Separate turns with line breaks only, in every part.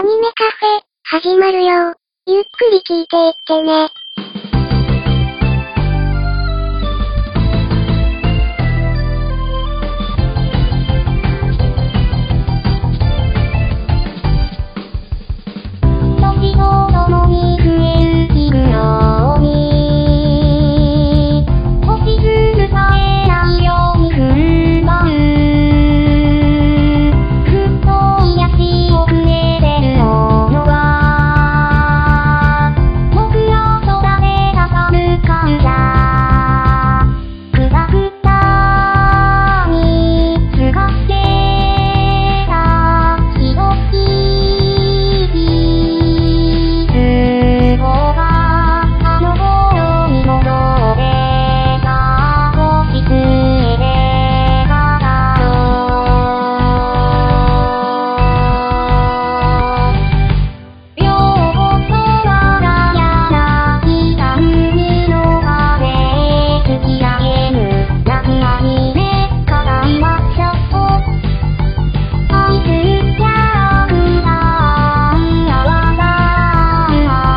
メカフェ、始まるよ。ゆっくり聞いていってね。時とともに増える奇妙に星屑さえないように踏ん張るふっと癒し遅れてるものが僕ら空でかさむ感謝くたくたにすがしてたひどき傷をがあの頃に戻ってた星つえでからの両方から柳田海の風へ突き上げる泣く網目からいましょう愛するキャラクターあわ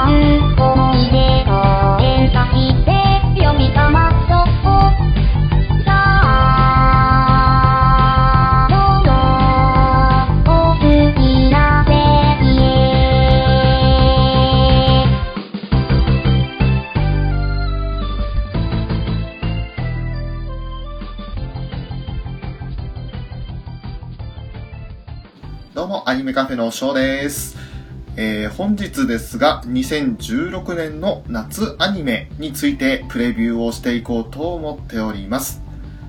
が思い出を連鎖して呼び覚まそうさあどうぞお好きな席へ
どうも、アニメカフェの翔です。えー本日ですが、2016年の夏アニメについてプレビューをしていこうと思っております。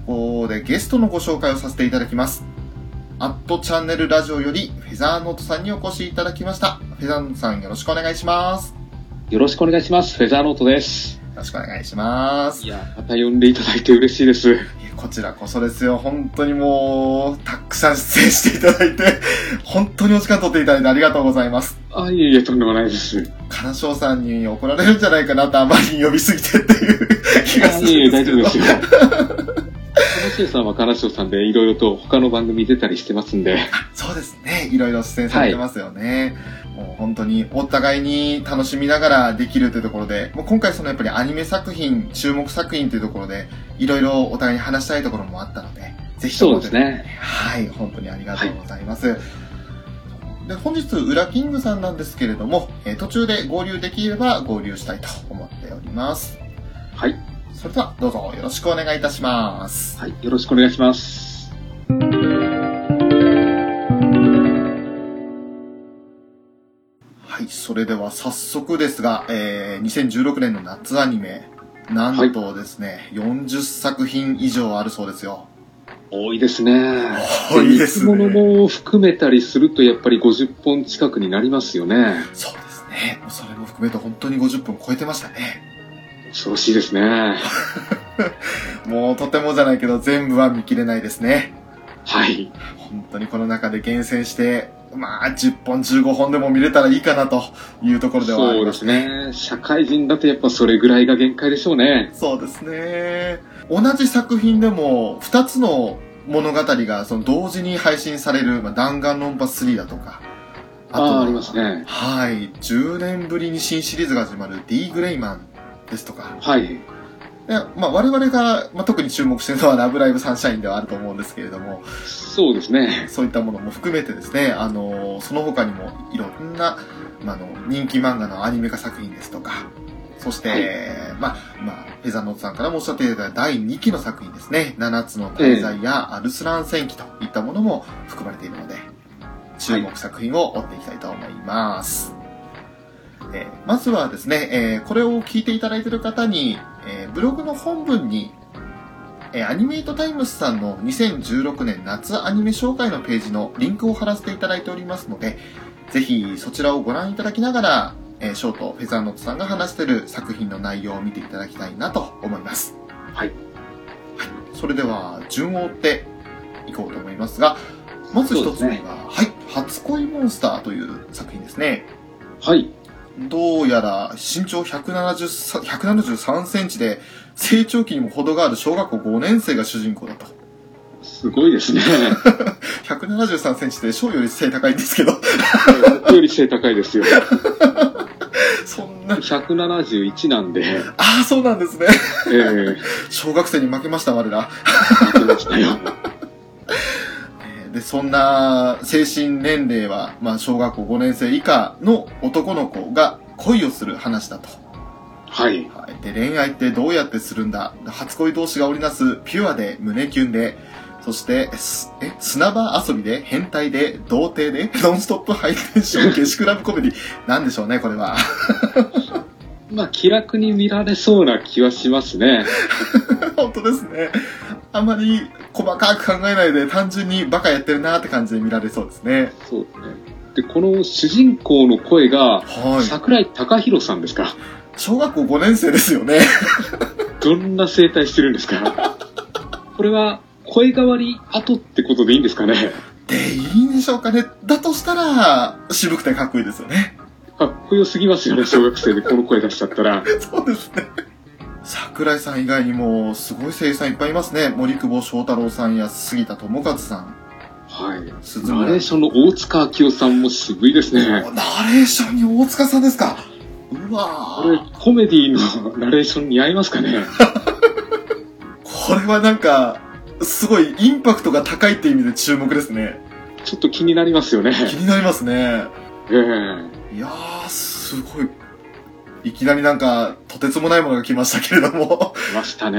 ここでゲストのご紹介をさせていただきます。アットチャンネルラジオよりフェザーノートさんにお越しいただきました。フェザーノートさんよろしくお願いします。よ
よろしくお願いします。フェザーノートです。
ろしくお願いします。
いや、また呼んでいただいて嬉しいです。
こちらこそですよ。本当にもう、たくさん出演していただいて、本当にお時間取っていただいてありがとうございます。
あ、いえいえ、とんでもないです。
金賞さんに怒られるんじゃないかなとあまりに呼びすぎてっていう気が
あ
す
いえい
る
え、
んです
大
け
丈
ど。
夫ですよ。金城さんは金城さんでいろいろと他の番組出たりしてますんで、
そうですね。いろいろ出演されてますよね。もう本当にお互いに楽しみながらできるというところで、もう今回そのやっぱりアニメ作品、注目作品というところで、いろいろお互いに話したいところもあったので、ぜひと
そ
も
うです。ね。
はい、本当にありがとうございます。で本日、ウラキングさんなんですけれども、えー途中で合流できれば合流したいと思っております。
はい。
それではどうぞよろしくお願いいたします。
はい、よろしくお願いします。
はい、それでは早速ですが、えー、2016年の夏アニメ、なんとですね、40作品以上あるそうですよ。
多いですね。
多いですね
でいつものも含めたりすると、やっぱり50本近くになりますよね。
そうですね。それも含めて本当に50分超えてましたね。
恐ろしいですね。
もうとてもじゃないけど全部は見切れないですね。
はい。
本当にこの中で厳選して、まあ10本15本でも見れたらいいかなというところではあ
そ
り
う
ま
ですすね。社会人だとやっぱそれぐらいが限界でしょうね。
そうですね。同じ作品でも、二つの物語がその同時に配信される、まあ、弾丸論破3だとか、は
ああー、ありますね。
はい。10年ぶりに新シリーズが始まる D ・グレイマンですとか、
はい。
でまあ、我々が、まあ、特に注目してるのはラブライブサンシャインではあると思うんですけれども、
そうですね。
そういったものも含めてですね、あのーその他にもいろんな、まあ、あの人気漫画のアニメ化作品ですとか、そして、
はい
まあ、まあ、フェザーノートさんからもおっしゃっていただいた第2期の作品ですね、7つの滞在やアルスラン戦記といったものも含まれているので、注目作品を追っていきたいと思います。えーまずはですね、えーこれを聞いていただいている方に、えーブログの本文にえーアニメイトタイムスさんの2016年夏アニメ紹介のページのリンクを貼らせていただいておりますので、ぜひそちらをご覧いただきながら、えーショート、フェザーノットさんが話している作品の内容を見ていただきたいなと思います。
はい
はい。それでは、順を追っていこうと思いますが、まず一つ目
そうですね
が、はい、初恋モンスターという作品ですね。
はい。
どうやら身長170さ173センチで、成長期にも程がある小学校5年生が主人公だと。
すごいで すね。
173センチって小より背高いんですけど、
僕より背高いですよ。
そんな、
171なんで、え
ああ、そうなんですね。
え
小学生に負けました、我ら。
負けましたよ。
えーで、そんな精神年齢は、まあ、小学校5年生以下の男の子が恋をする話だと。
はい。
はいで、恋愛ってどうやってするんだ初恋同士が織りなすピュアで胸キュンで、そして、すえ、砂場遊びで、変態で、童貞で、 ノンストップハイテンション、下宿ラブコメディ。なんでしょうね、これは。
まあ、気楽に見られそうな気はしますね。
本当ですね。あまり細かく考えないで、単純にバカやってるなって感じで見られそうですね。
そうですね。で、この主人公の声が、
はい。
桜井孝宏さんですか
小学校5年生ですよね。
どんな生態してるんですかこれは、声変わり後ってことでいいんですかね
で、いいんでしょうかね。だとしたら、渋くてかっこいいですよね。
かっこよすぎますよね、小学生でこの声出しちゃったら。
そうですね。桜井さん以外にも、すごい声優さんいっぱいいますね。森久保祥太郎さんや杉田智和さん。
はい。
鈴
ナ
村。ナ
レー
レ
ションの大塚明夫さんも渋いですね。
ーションに大塚さんですか。うわ
これ
ー、
コメディのナレーションに合いますかね
これはなんか、すごいインパクトが高いって意味で注目ですね。
ちょっと気になりますよね。
気になりますね。
ええ
いやー、すごい。いきなりなんか、とてつもないものが来ましたけれども。
ましたね。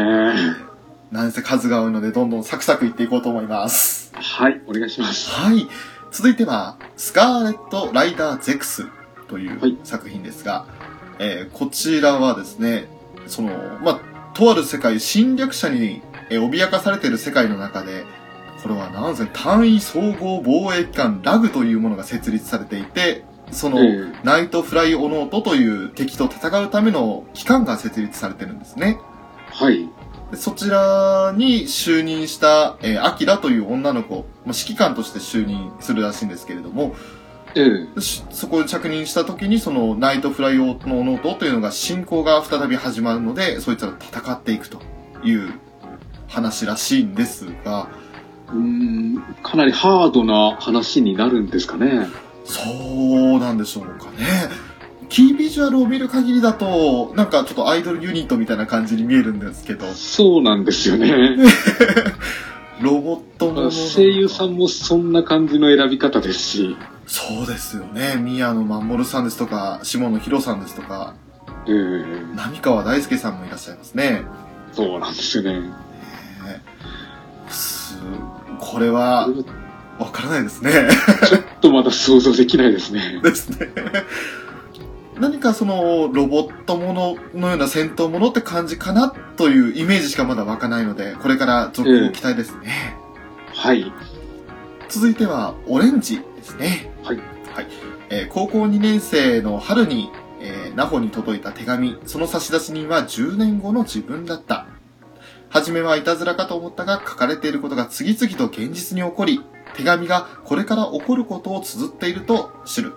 なんせ数が多いので、どんどんサクサクいっていこうと思います。
はい、お願いします。
はい。続いては、スカーレット・ライダー・ゼクスとい
はいう
作品ですが、えーこちらはですね、その、まあ、とある世界、侵略者に、えー脅かされている世界の中で、これはなんせ単位総合防衛機関ラグというものが設立されていて、その、
ええ
ナイトフライオノートという敵と戦うための機関が設立されてるんですね。
はい。
でそちらに就任した、えーアキラという女の子、まあ指揮官として就任するらしいんですけれども、
ええ
しそこで着任した時にそのナイトフライオノートというのが侵攻が再び始まるので、そいつらと戦っていくという話らしいんですが、
うーん、かなりハードな話になるんですかね。
そうなんでしょうかね。キービジュアルを見る限りだと、なんかちょっとアイドルユニットみたいな感じに見えるんですけど、
そうなんですよね。
ロボットもの
声優さんもそんな感じの選び方ですし、
そうですよね宮野真守さんですとか下野紘さんですとか
ええ
浪川大輔さんもいらっしゃいますね
そうなんですよね。
ねえすこれは
ち
わからないですね
ょっとまだ想像できないですね。
ですね何かそのロボットもののような戦闘ものって感じかなというイメージしかまだ湧かないのでこれから続報期待ですね、
はい。
続いては、オレンジですね。
はい
はい。えー高校2年生の春に、えー、ナホに届いた手紙、その差出人は10年後の自分だった。はじめはいたずらかと思ったが、書かれていることが次々と現実に起こり、手紙がこれから起こることを綴っていると知る。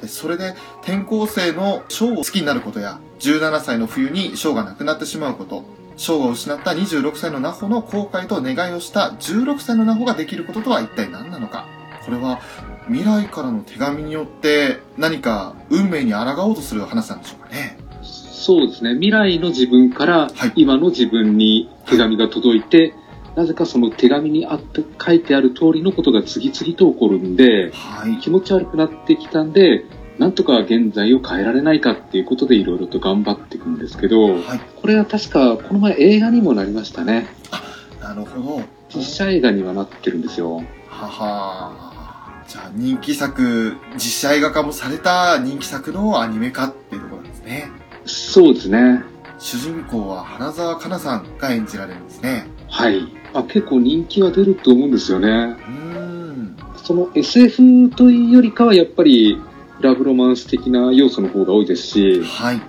でそれで、転校生のショーを好きになることや、17歳の冬にショーがなくなってしまうこと、賞を失った26歳のナホの後悔と願いをした16歳のナホができることとは一体何なのかこれは未来からの手紙によって何か運命に抗おうとする話なんでしょうかね
そうですね。未来の自分から
はい
今の自分に手紙が届いて、なぜかその手紙にあって書いてある通りのことが次々と起こるんで、
はい
気持ち悪くなってきたんで、なんとか現在を変えられないかっていうことでいろいろと頑張っていくんですけど、
はい
これは確かこの前映画にもなりましたね。
なるほど
実写映画にはなってるんですよ。
ははじゃあ人気作実写映画化もされた人気作のアニメ化っていうところなんですね
そうですね。
主人公は花澤香菜さんが演じられるんですね
はい。まあ、結構人気は出ると思うんですよね
う。ーん
その SF というよりかはやっぱりラブロマンス的な要素の方が多いですし、
はい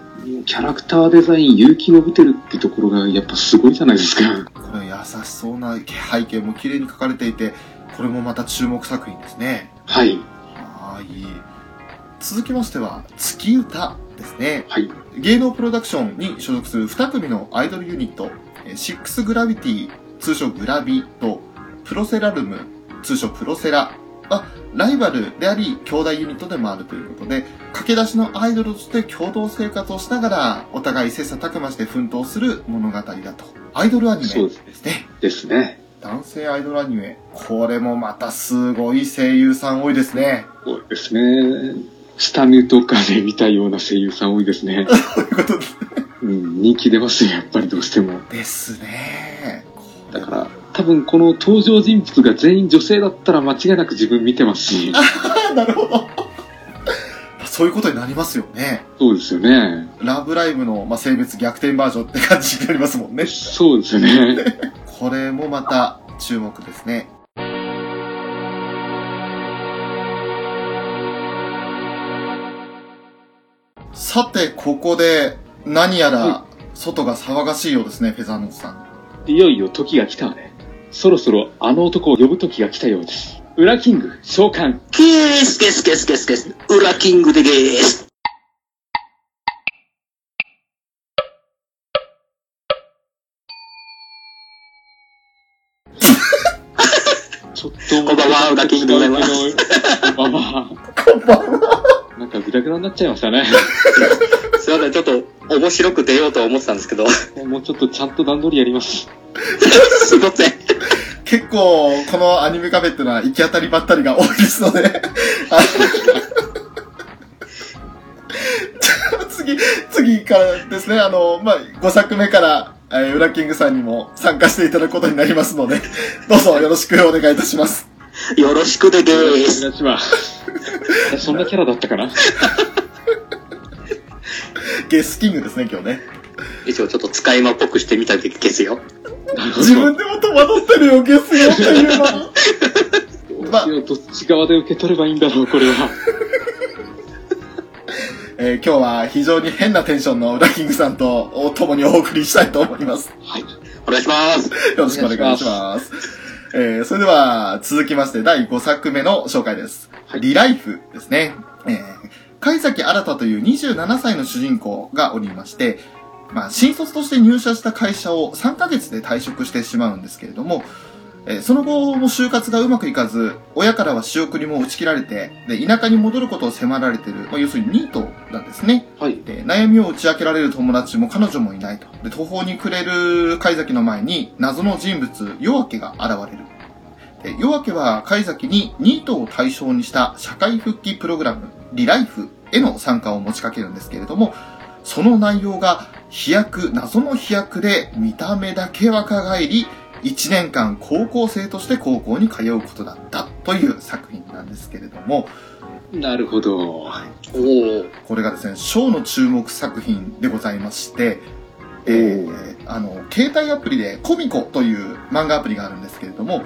キャラクターデザイン勇気伸びてるってところがやっぱすごいじゃないですか。
これ優しそうな背景も綺麗に描かれていてこれもまた注目作品ですね
はい。
はい続きましては月歌ですね
はい。
芸能プロダクションに所属する2組のアイドルユニットえーシックスグラビティ通称グラビとプロセラルム、通称プロセラは、ライバルであり、兄弟ユニットでもあるということで、駆け出しのアイドルとして共同生活をしながら、お互い切磋琢磨して奮闘する物語だと。アイドルアニメ
そう
で
です
すね。
ですね。
男性アイドルアニメ。これもまたすごい声優さん多いですね。
多いですね。スタミュとかで見たような声優さん多いですね。
ということで
うん、人気出ますよ、やっぱりどうしても。
ですね。
だから、多分この登場人物が全員女性だったら間違いなく自分見てますし、
ら、なるほど。そういうことになりますよね。
そうですよね。
ラブライブの、まあ、性別逆転バージョンって感じになりますもんね。
そうですよね。
これもまた注目ですね。さて、ここで何やら
は
外が騒がしいようですね、フェザーノートさん。
いよいよ時が来たわね。そろそろあの男を呼ぶ時が来たようです。裏キング、召喚。
ゲースゲスゲスゲスゲス。裏キングでゲース。
ちょっと、
こんばんは裏キングでございます
こんばんは。なんかぐだぐだになっちゃいました ね。
すいません、ちょっと面白く出ようとは思ってたんですけ ど。す
もうちょっとちゃんと段取りやります。
いません。
結構、このアニメカフェってのは行き当たりばったりが多いですので。 あの次、次からですね、あの、まあ、5作目から、えー、ウラキングさんにも参加していただくことになりますので、 どうぞよろしくお願いいたします。
よろしくでゲ
お願い
ース。
します。そんなキャラだった かな
ゲスキングですね、今日ね。
以上、ちょっと使い魔っぽくしてみたけですよ。
自分でも戸惑ってるよ、ゲスよっていうの。 ま
どっち側で受け取ればいいんだろう、これは。
えー今日は非常に変なテンションのウラキングさんとお共にお送りしたいと思います。よ
はい。
お願いします。
ろしくお願いします。えーそれでは続きまして第5作目の紹介です。
はい
リライフですね。えー、貝崎新という27歳の主人公がおりまして、まあ、新卒として入社した会社を3ヶ月で退職してしまうんですけれども、えーその後も就活がうまくいかず、親からは仕送りも打ち切られて、で、田舎に戻ることを迫られてる、まあ、要するにニートなんですね。
はい。
で、悩みを打ち明けられる友達も彼女もいないと。で、途方に暮れる貝崎の前に謎の人物、夜明けが現れる。で、夜明けは貝崎にニートを対象にした社会復帰プログラム、リライフへの参加を持ちかけるんですけれども、その内容が飛躍、謎の飛躍で見た目だけ若返り、1年間高校生として高校に通うことだったという作品なんですけれども、
なるほど。
おお。
これがですね、ショーの注目作品でございまして、えーあの、携帯アプリでコミコという漫画アプリがあるんですけれども、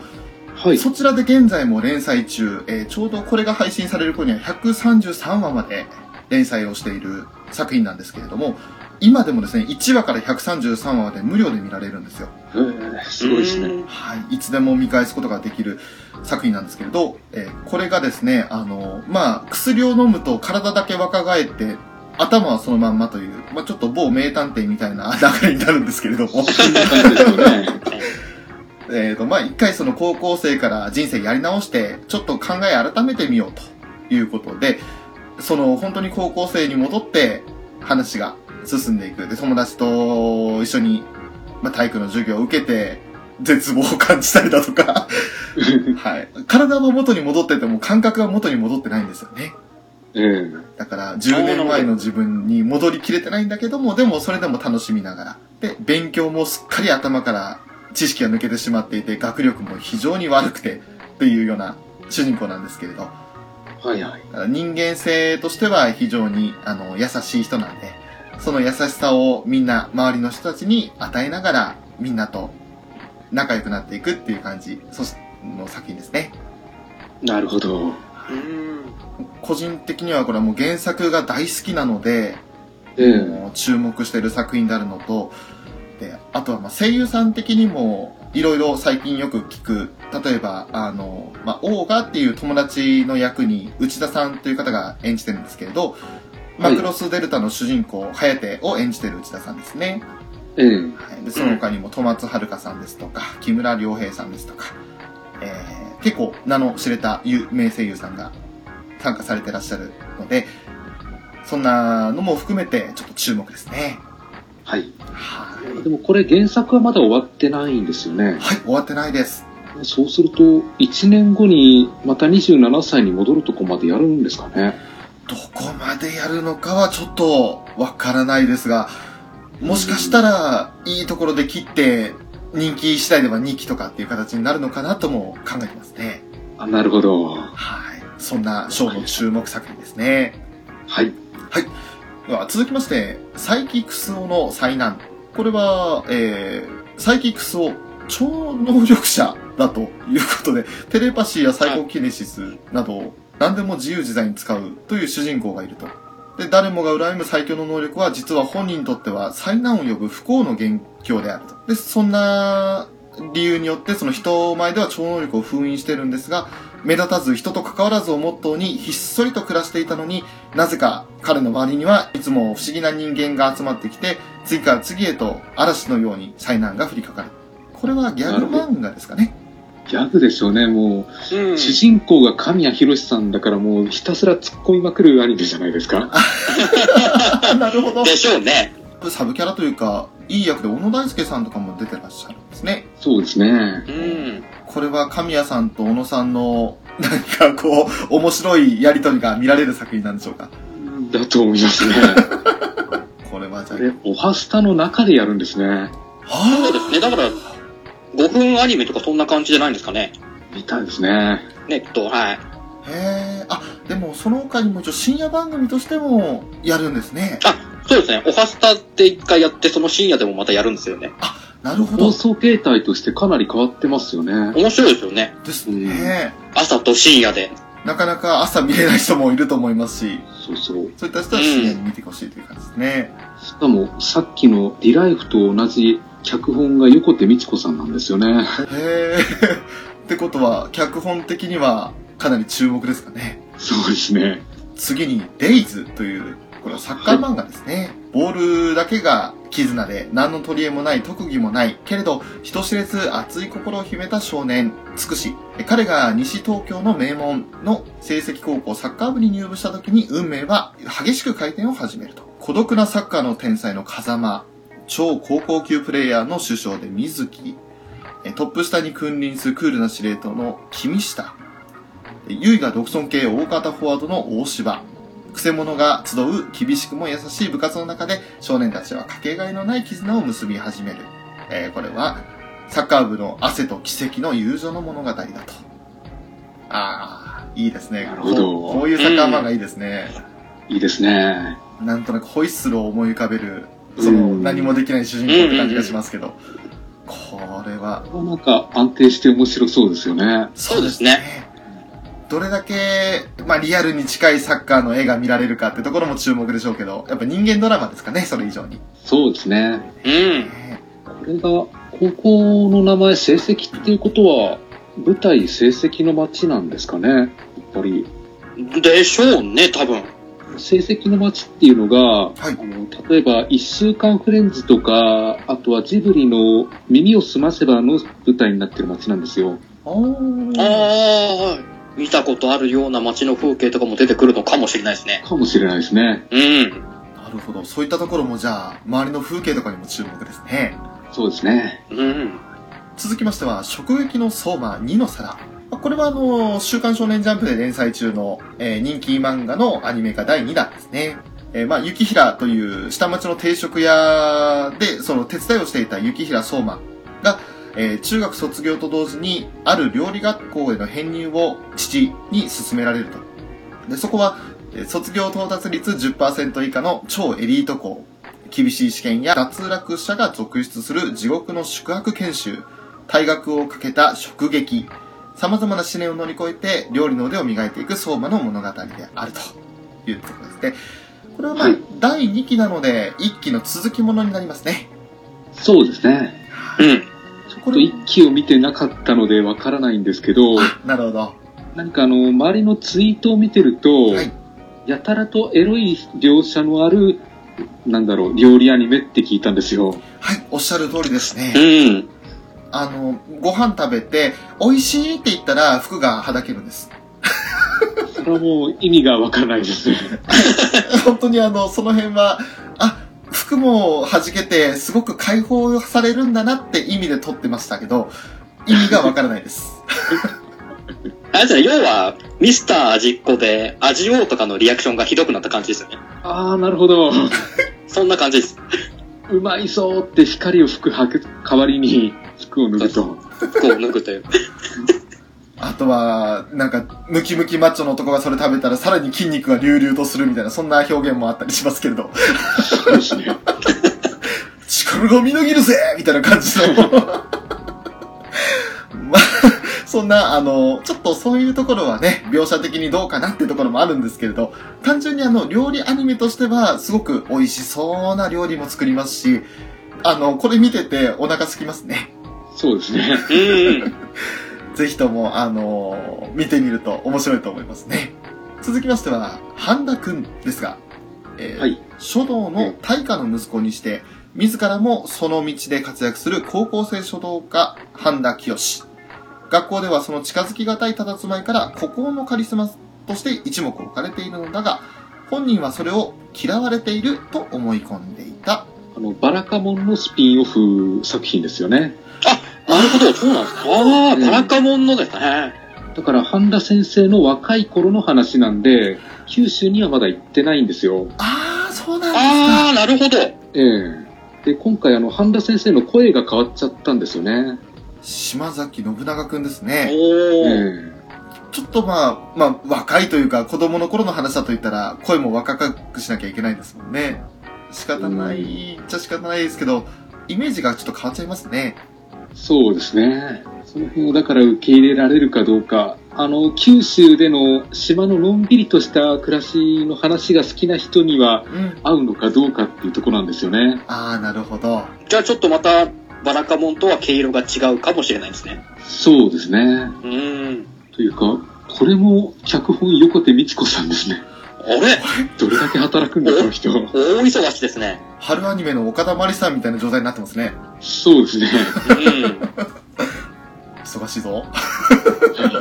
はい。
そちらで現在も連載中、えーちょうどこれが配信される頃には133話まで連載をしている作品なんですけれども、今でもですね、1話から133話まで無料で見られるんですよ。
えーすごいですね。。
はい、いつでも見返すことができる作品なんですけれど、えーこれがですね、あの、まあ、薬を飲むと体だけ若返って、頭はそのまんまという、まあ、ちょっと某名探偵みたいな 流れになるんですけれども、
そんな感じですよね。
えっ、と、まあ、一回その高校生から人生やり直して、ちょっと考え改めてみようということで、その、本当に高校生に戻って、話が進んでいく。で、友達と一緒に、まあ、体育の授業を受けて、絶望を感じたりだとか、はい。体は元に戻ってても感覚は元に戻ってないんですよね。
えー
だから、10年前の自分に戻りきれてないんだけども、でもそれでも楽しみながら。で、勉強もすっかり頭から知識が抜けてしまっていて、学力も非常に悪くて、っていうような主人公なんですけれど。だ
はいはい。
から人間性としては非常に、あの、優しい人なんで、その優しさをみんな、周りの人たちに与えながら、みんなと仲良くなっていくっていう感じ、そしの作品ですね。
なるほど。
うん。
個人的にはこれはもう原作が大好きなので、
えー
もう注目してる作品であるのと、で、あとはまあ声優さん的にも、いろいろ最近よく聞く、例えば、あの、まあ、オーガっていう友達の役に、内田さんという方が演じてるんですけれど、マクロスデルタの主人公、ハヤテを演じてる内田さんですね。
えー
はい、でその他にも戸松遥さんですとか、木村良平さんですとか、えー結構名の知れた有名声優さんが参加されてらっしゃるので、そんなのも含めてちょっと注目ですね。
はい。
はい。
でもこれ原作はまだ終わってないんですよね。
はい、終わってないです。
そうすると、1年後にまた27歳に戻るとこまでやるんですかね。
どこまでやるのかはちょっとわからないですが、もしかしたらいいところで切って、人気次第では2期とかっていう形になるのかなとも考えてますね。
あ、なるほど。は
はい。そんなショーの注目作品ですね。
い。
では続きまして、サイキクスオの災難。これは、えー、サイキクスオ超能力者だということで、テレパシーやサイコキネシスなど、何でも自由自在に使うという主人公がいると。で、誰もが羨む最強の能力は、実は本人にとっては災難を呼ぶ不幸の元凶であると。で、そんな理由によって、その人前では超能力を封印してるんですが、目立たず人と関わらずをモットーにひっそりと暮らしていたのに、なぜか彼の周りにはいつも不思議な人間が集まってきて、次から次へと嵐のように災難が降りかかる。これはギャグ漫画ですかね。
ギャグですよね、もう。
うん
主人公が神谷博さんだからもうひたすら突っ込みまくるアニメじゃないですか。
あなるほど。
でしょうね。
サブキャラというか、いい役で小野大輔さんとかも出てらっしゃるんですね。
そうですね。
うん。
これは神谷さんと小野さんの、 なんかこう、面白いやりとりが見られる作品なんでしょうか。
だと思いますね。
これはじゃ
あ
あ、
れ、オハスタの中でやるんですね。
そうですね。だから、5分アニメとかそんな感じじゃないんですかね。
みたいですね。
ネット、はい。
へえ、あ、でもその他にも一応深夜番組としてもやるんですね。
あ、そうですね。オハスタって一回やって、その深夜でもまたやるんですよね。
なるほど
放。送形態としてかなり変わってますよね。
面白いですよね。
ですね。
朝と深夜で。
なかなか朝見れない人もいると思いますし、
そうそう。
そういった人は深夜に見てほしいという感じですね。
しかも、さっきのリライフと同じ脚本が横手美智子さんなんですよね。
へえ。 ってことは、脚本的にはかなり注目ですかね。
そうですね。
次に、デイズという、これはサッカー漫画ですね。ボールだけが絆で、何の取り柄もない、特技もない、けれど、人知れず熱い心を秘めた少年、つくし。彼が西東京の名門の成績高校サッカー部に入部した時に、運命は激しく回転を始めると。孤独なサッカーの天才の風間、超高校級プレイヤーの首相で水木、えトップ下に君臨するクールな司令塔の君下、優位が独尊系大型フォワードの大芝、くせ者が集う厳しくも優しい部活の中で少年たちはかけがえのない絆を結び始める。えーこれはサッカー部の汗と奇跡の友情の物語だと。ああ、いいですね。
なるほど
こうこういうサッカー漫画いいですね。
いいですね。
なんとなくホイッスルを思い浮かべる、その
うん
何もできない主人公って感じがしますけど。これは、
これはなんか安定して面白そうですよね。
そうですね。
どれだけ、まあ、リアルに近いサッカーの絵が見られるかってところも注目でしょうけど、やっぱ人間ドラマですかね、それ以上に。
そうですね。
うん。
ね
これが高校の名前成績っていうことは舞台成績の街なんですかねやっぱり
でしょうね、多分。
成績の街っていうのが、
はい
あの例えば「一週間フレンズ」とかあとはジブリの「耳をすませば」の舞台になってる街なんですよ
お
ああ
ー。、
はい。見たことあるような街の風景とかも出てくるのかもしれないですね。
かもしれないですね
うん。
なるほど。そういったところもじゃあ、周りの風景とかにも注目ですね。
そうですね
うん。
続きましては、食撃の相馬2の皿。まあこれはあの、週刊少年ジャンプで連載中の、えー人気漫画のアニメ化第2弾ですね。えーまあ、雪平という下町の定食屋で、その手伝いをしていた雪平相馬が、えー中学卒業と同時に、ある料理学校への編入を父に勧められると。で、そこは、えー卒業到達率10%以下の超エリート校。厳しい試験や脱落者が続出する地獄の宿泊研修。退学をかけた食撃。様々な試練を乗り越えて、料理の腕を磨いていく相馬の物語であるというところですね。これはまあ、
はい
第2期なので、1期の続きものになりますね。
そうですね
うん。
こ
ちょっと
れ
一期を見てなかったのでわからないんですけど
なるほど。
なんかあの周りのツイートを見てると、
はい
やたらとエロい描写のあるなんだろう料理アニメって聞いたんですよ
はい、おっしゃる通りですね。
うん。
あの、ご飯食べて、美味しいって言ったら服がはだけるんです。
それはもう意味がわからないですね。
本当にあの、その辺は、あ、服も弾けて、すごく解放されるんだなって意味で撮ってましたけど、意味がわからないです。
あれですね、要は、ミスター味っ子で、味王とかのリアクションがひどくなった感じですよね。
ああ、なるほど。
そんな感じです。こ
うまいそうって光を服はく代わりに服を脱ぐと。
う脱ぐという。
あとは、なんか、ムキムキマッチョの男がそれ食べたら、さらに筋肉が隆々とするみたいな、そんな表現もあったりしますけれど、
そうですね。
力がみのぎるぜみたいな感じの。 まあ、そんな、あの、ちょっとそういうところはね、描写的にどうかなってところもあるんですけれど、単純にあの、料理アニメとしては、すごく美味しそうな料理も作りますし、あの、これ見ててお腹空きますね。
そうですね。
うんうん。
ぜひとも、あの、見てみると面白いと思いますね。続きましては、半田くんですが、えー
はい
書道の大家の息子にして、自らもその道で活躍する高校生書道家、半田清。学校ではその近づきがたい佇まいから孤高のカリスマとして一目置かれているのだが、本人はそれを嫌われていると思い込んでいた。
あの、バラカモンのスピンオフ作品ですよね。
なるほど、そうなんですか。ああ、
うん
バラカモンのですね。
だから、半田先生の若い頃の話なんで、九州にはまだ行ってないんですよ。
あー、そうなん
ああ、なるほど。
ええで、今回、あの、半田先生の声が変わっちゃったんですよね。
ですか。島崎信長くんですね。
ええ
おお。
ちょっとまあ、まあ、若いというか、子供の頃の話だと言ったら、声も若くしなきゃいけないんですもんね。仕方ないっちゃ仕方ないですけど、イメージがちょっと変わっちゃいますね。
そうですね。その辺をだから受け入れられるかどうか。あの、九州での島ののんびりとした暮らしの話が好きな人には
うん。
合うのかどうかっていうところなんですよね。
ああ、なるほど。
じゃあちょっとまた、バラカモンとは毛色が違うかもしれないですね。
そうですね。
うーん。
というか、これも脚本横手美智子さんですね。
あれ
どれだけ働くんだ、この 人。
大忙しですね。
春アニメの岡田まりさんみたいな状態になってますね。
そうですね。
うん。
忙しいぞ。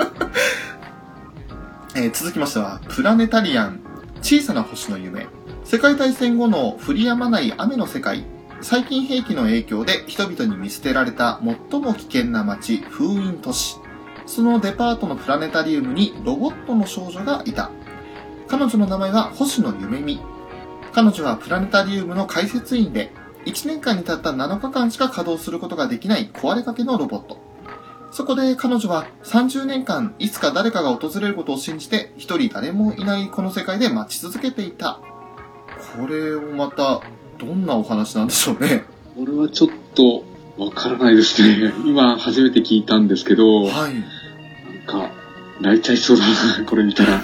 えー続きましては、プラネタリアン、小さな星の夢。世界大戦後の降り止まない雨の世界。最近兵器の影響で人々に見捨てられた最も危険な街、風雲都市。そのデパートのプラネタリウムにロボットの少女がいた。彼女の名前は星野夢美。彼女はプラネタリウムの解説員で、1年間にたった7日間しか稼働することができない壊れかけのロボット。そこで彼女は30年間いつか誰かが訪れることを信じて一人誰もいないこの世界で待ち続けていた。これをまたどんなお話なんでしょうね。
これはちょっとわからないですね。 今初めて聞いたんですけど、なん
はい。
か泣いちゃいそうだな、 これ見たら。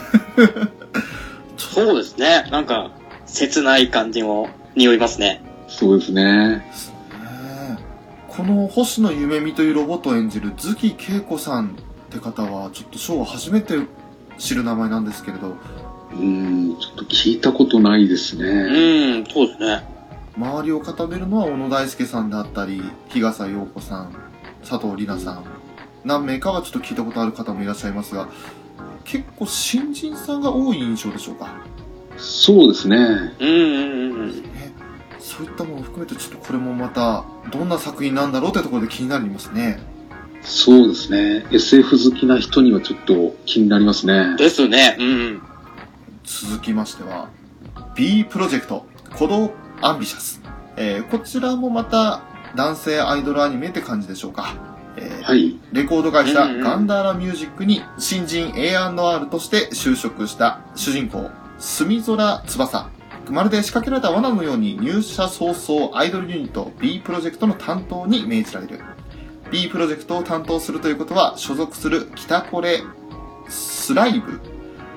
そうですね。なんか、切ない感じも匂いますね。
そうですね。
ねえこの星野夢見というロボットを演じる月恵子さんって方はちょっとショーを初めて知る名前なんですけれど、
うん、ちょっと聞いたことないです
う
ね。
ーん、そうですね。
周りを固めるのは小野大輔さんであったり、日笠陽子さん、佐藤里奈さん、何名かはちょっと聞いたことある方もいらっしゃいますが、結構新人さんが多い印象でしょうか。
そうですね。
うん、うん、うん。
ね、そういったものを含めて、ちょっとこれもまた、どんな作品なんだろうってところで気になりますね。
そうですね。SF 好きな人にはちょっと気になりますね。
ですね。うん。
続きましては、B プロジェクト、鼓動アンビシャス。えーこちらもまた、男性アイドルアニメって感じでしょうか。えー
はい。
レコード会社
うんうん
ガンダーラミュージックに新人 A&R として就職した主人公、墨空翼。まるで仕掛けられた罠のように入社早々アイドルユニット B プロジェクトの担当に命じられる。B プロジェクトを担当するということは所属する北コレ、スライブ、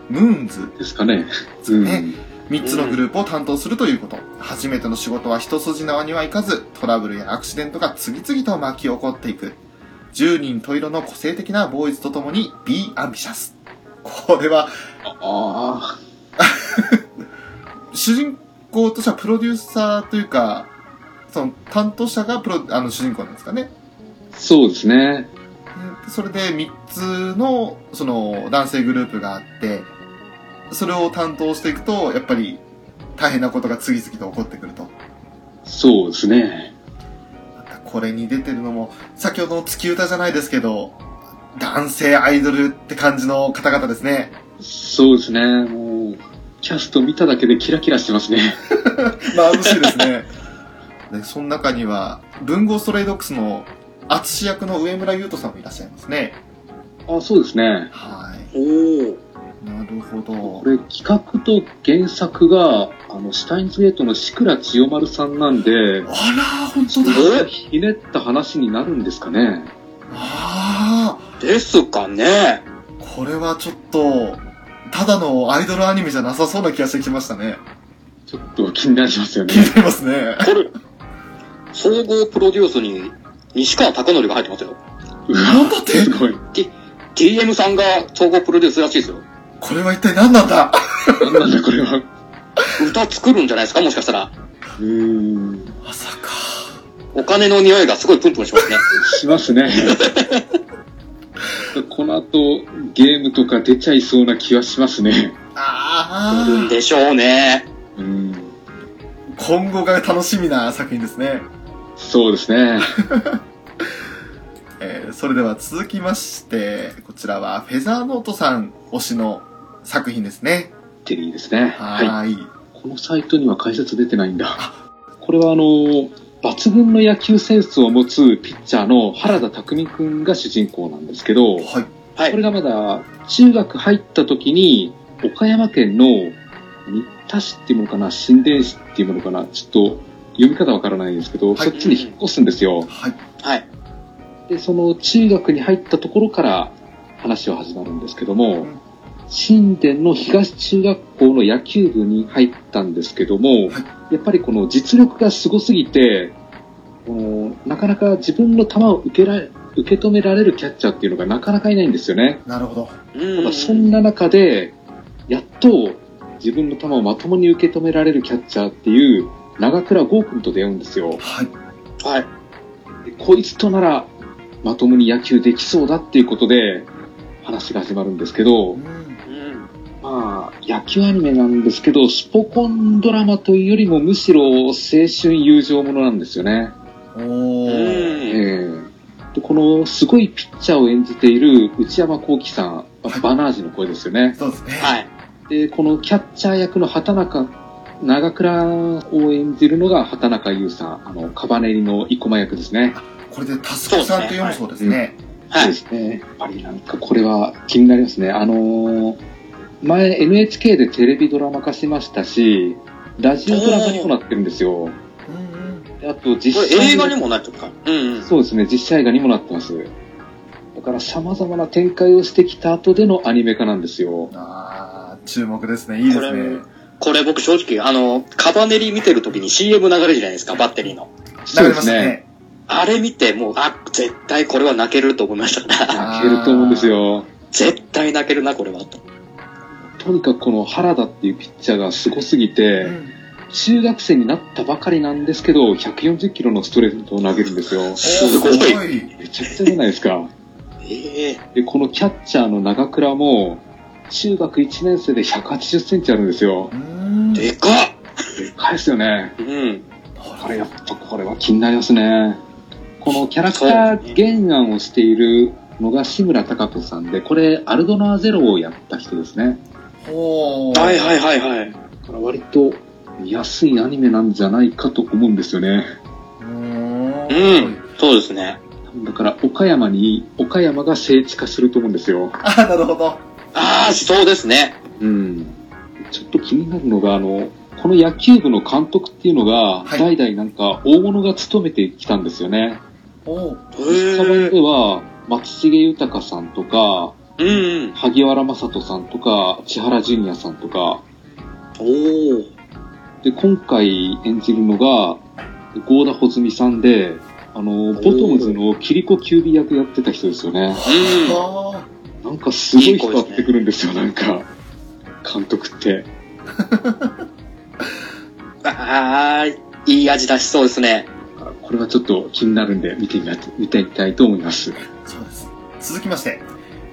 ムーンズ、
ですかね。うん。
ね3つのグループを担当するということ。初めての仕事は一筋縄にはいかず、トラブルやアクシデントが次々と巻き起こっていく。10人十色の個性的なボーイズと共に Be Ambitious。これは、
あ
主人公としてはプロデューサーというか、その担当者がプロ、あの主人公なんですかね。
あ、そうですね。
でそれで3つのその男性グループがあってそれを担当していくとやっぱり大変なことが次々と起こってくると
そうですね。
またこれに出てるのも先ほどの月歌じゃないですけど男性アイドルって感じの方々ですね
そうですね。もう、キャスト見ただけでキラキラしてますね。
眩しいですね でその中には文豪ストレイドックスの淳役の上村優斗さんもいらっしゃいますね
あ、そうですね。
はい
おお。
なるほど
これ企画と原作が、あの、シュタインズゲートの志倉千代丸さんなん
あ
で、
ら本当だ
え
ひねった話になるんですかね。
ああ
ですかね。
これはちょっとただのアイドルアニメじゃなさそうな気がしてきましたね
ちょっと気になりますよね
気。になりますね
これ、総合プロデュースに西川貴教が入ってますよ。
う
なん
わ、
だって
すごい。
TM さんが総合プロデュースらしいですよ。
これは一体何なんだ
なんなんだこれは。う
歌作るんじゃないですかもしかしたら。
ーん。
まさか
お金の匂いがすごいプンプンしますね。
しますね。この後、ゲームとか出ちゃいそうな気はしますね。
あ
いるんでしょうね。
うん。
あ今後が楽しみな作品ですね、
そうですね。
えーそれでは続きましてこちらはフェザーノートさん推しの作品ですね
テリーですね。
は
はい。
ーい
このサイトには解説出てないんだ。 これはあの、抜群の野球センスを持つピッチャーの原田匠くんが主人公なんですけど、
はい、
はい
これ。がまだ中学入った時に岡山県の新田市っていうものかな新田市っていうものかなちょっと読み方わからないんですけど、
はい
そっちに引っ越すんですよ
はい
はい。
でその中学に入ったところから話は始まるんですけども、
うん
新田の東中学校の野球部に入ったんですけども、
は
やっぱりこの実力がすごすぎてこのなかなか自分の球を受けられ受け止められるキャッチャーっていうのがなかなかいないんですよね。
なるほど
う
まあそんな中で、やっと自分の球をまともに受け止められるキャッチャーっていう長倉豪君と出会うんですよ。
はい
はい。
でこいつとならまともに野球できそうだっていうことで話が始まるんですけ
う、ん
ど
うん。
まあ野球アニメなんですけど、スポコンドラマというよりもむしろ青春友情ものなんですよね。
おー
ええでこのすごいピッチャーを演じている内山幸輝さん、まあバナージの声ですよね。
そうですね
はい。
で、このキャッチャー役の畑中、長倉を演じるのが畑中優さん、あの、カバネリの生駒役ですね。
これでタスクさんって読むそうですね
はい。
そうですね。やっぱりなんかこれは気になりますね。あのー前 NHK でテレビドラマ化しましたし、ラジオドラマにもなってるんですよ。
うんうん
であと実
これ
写
映画にもなっちゃった。うんうん。
そうですね、実写映画にもなってます。だから様々な展開をしてきた後でのアニメ化なんですよ。
あー注目ですねいいで
こ
す
れ
ね
これ僕正直、あの、カバネリ見てる時に CM 流れるじゃないですか、バッテリーの。
流れましたね。
あれ見て、もう、あ、絶対これは泣けると思いました。
泣けると思うんですよ。
絶対泣けるな、これは。と
とにかくこの原田っていうピッチャーがすごすぎて、中学生になったばかりなんですけど、140キロのストレートを投げるんですよ。
すごい
い
めちゃくちゃじゃないですか。
ええ
で、このキャッチャーの長倉も、中学1年生で180センチあるんですよ。
うーん
でかっ
返すよね。
うん。
これやっぱこれは気になりますね。このキャラクター原案をしているのが志村貴子さんで、これ、アルドナーゼロをやった人ですね。
ほー
はいはいはいはい。
だから割と見やすいアニメなんじゃないかと思うんですよね。
うー
うん。そうですね。
だから岡山に、岡山が聖地化すると思うんですよ。
あーなるほど
ああ、そうですね。
うん。ちょっと気になるのが、あの、この野球部の監督っていうのが、
はい
代々なんか大物が務めてきたんですよね。
おー
へ
カバン
え
で。は、松重豊さんとか、
うんうん。
萩原正人さんとか、千原ジュニアさんとか、
おお。
で、今回演じるのが、郷田穂積さんで、あの、ボトムズのキリコキュービ役やってた人ですよね。
は
なんかすごい人が出てくるんですよ、なんか。監督って。
ああ、いい味出しそうですね。
これはちょっと気になるんで見てみな見てみたいと思います。
そうです。続きまして、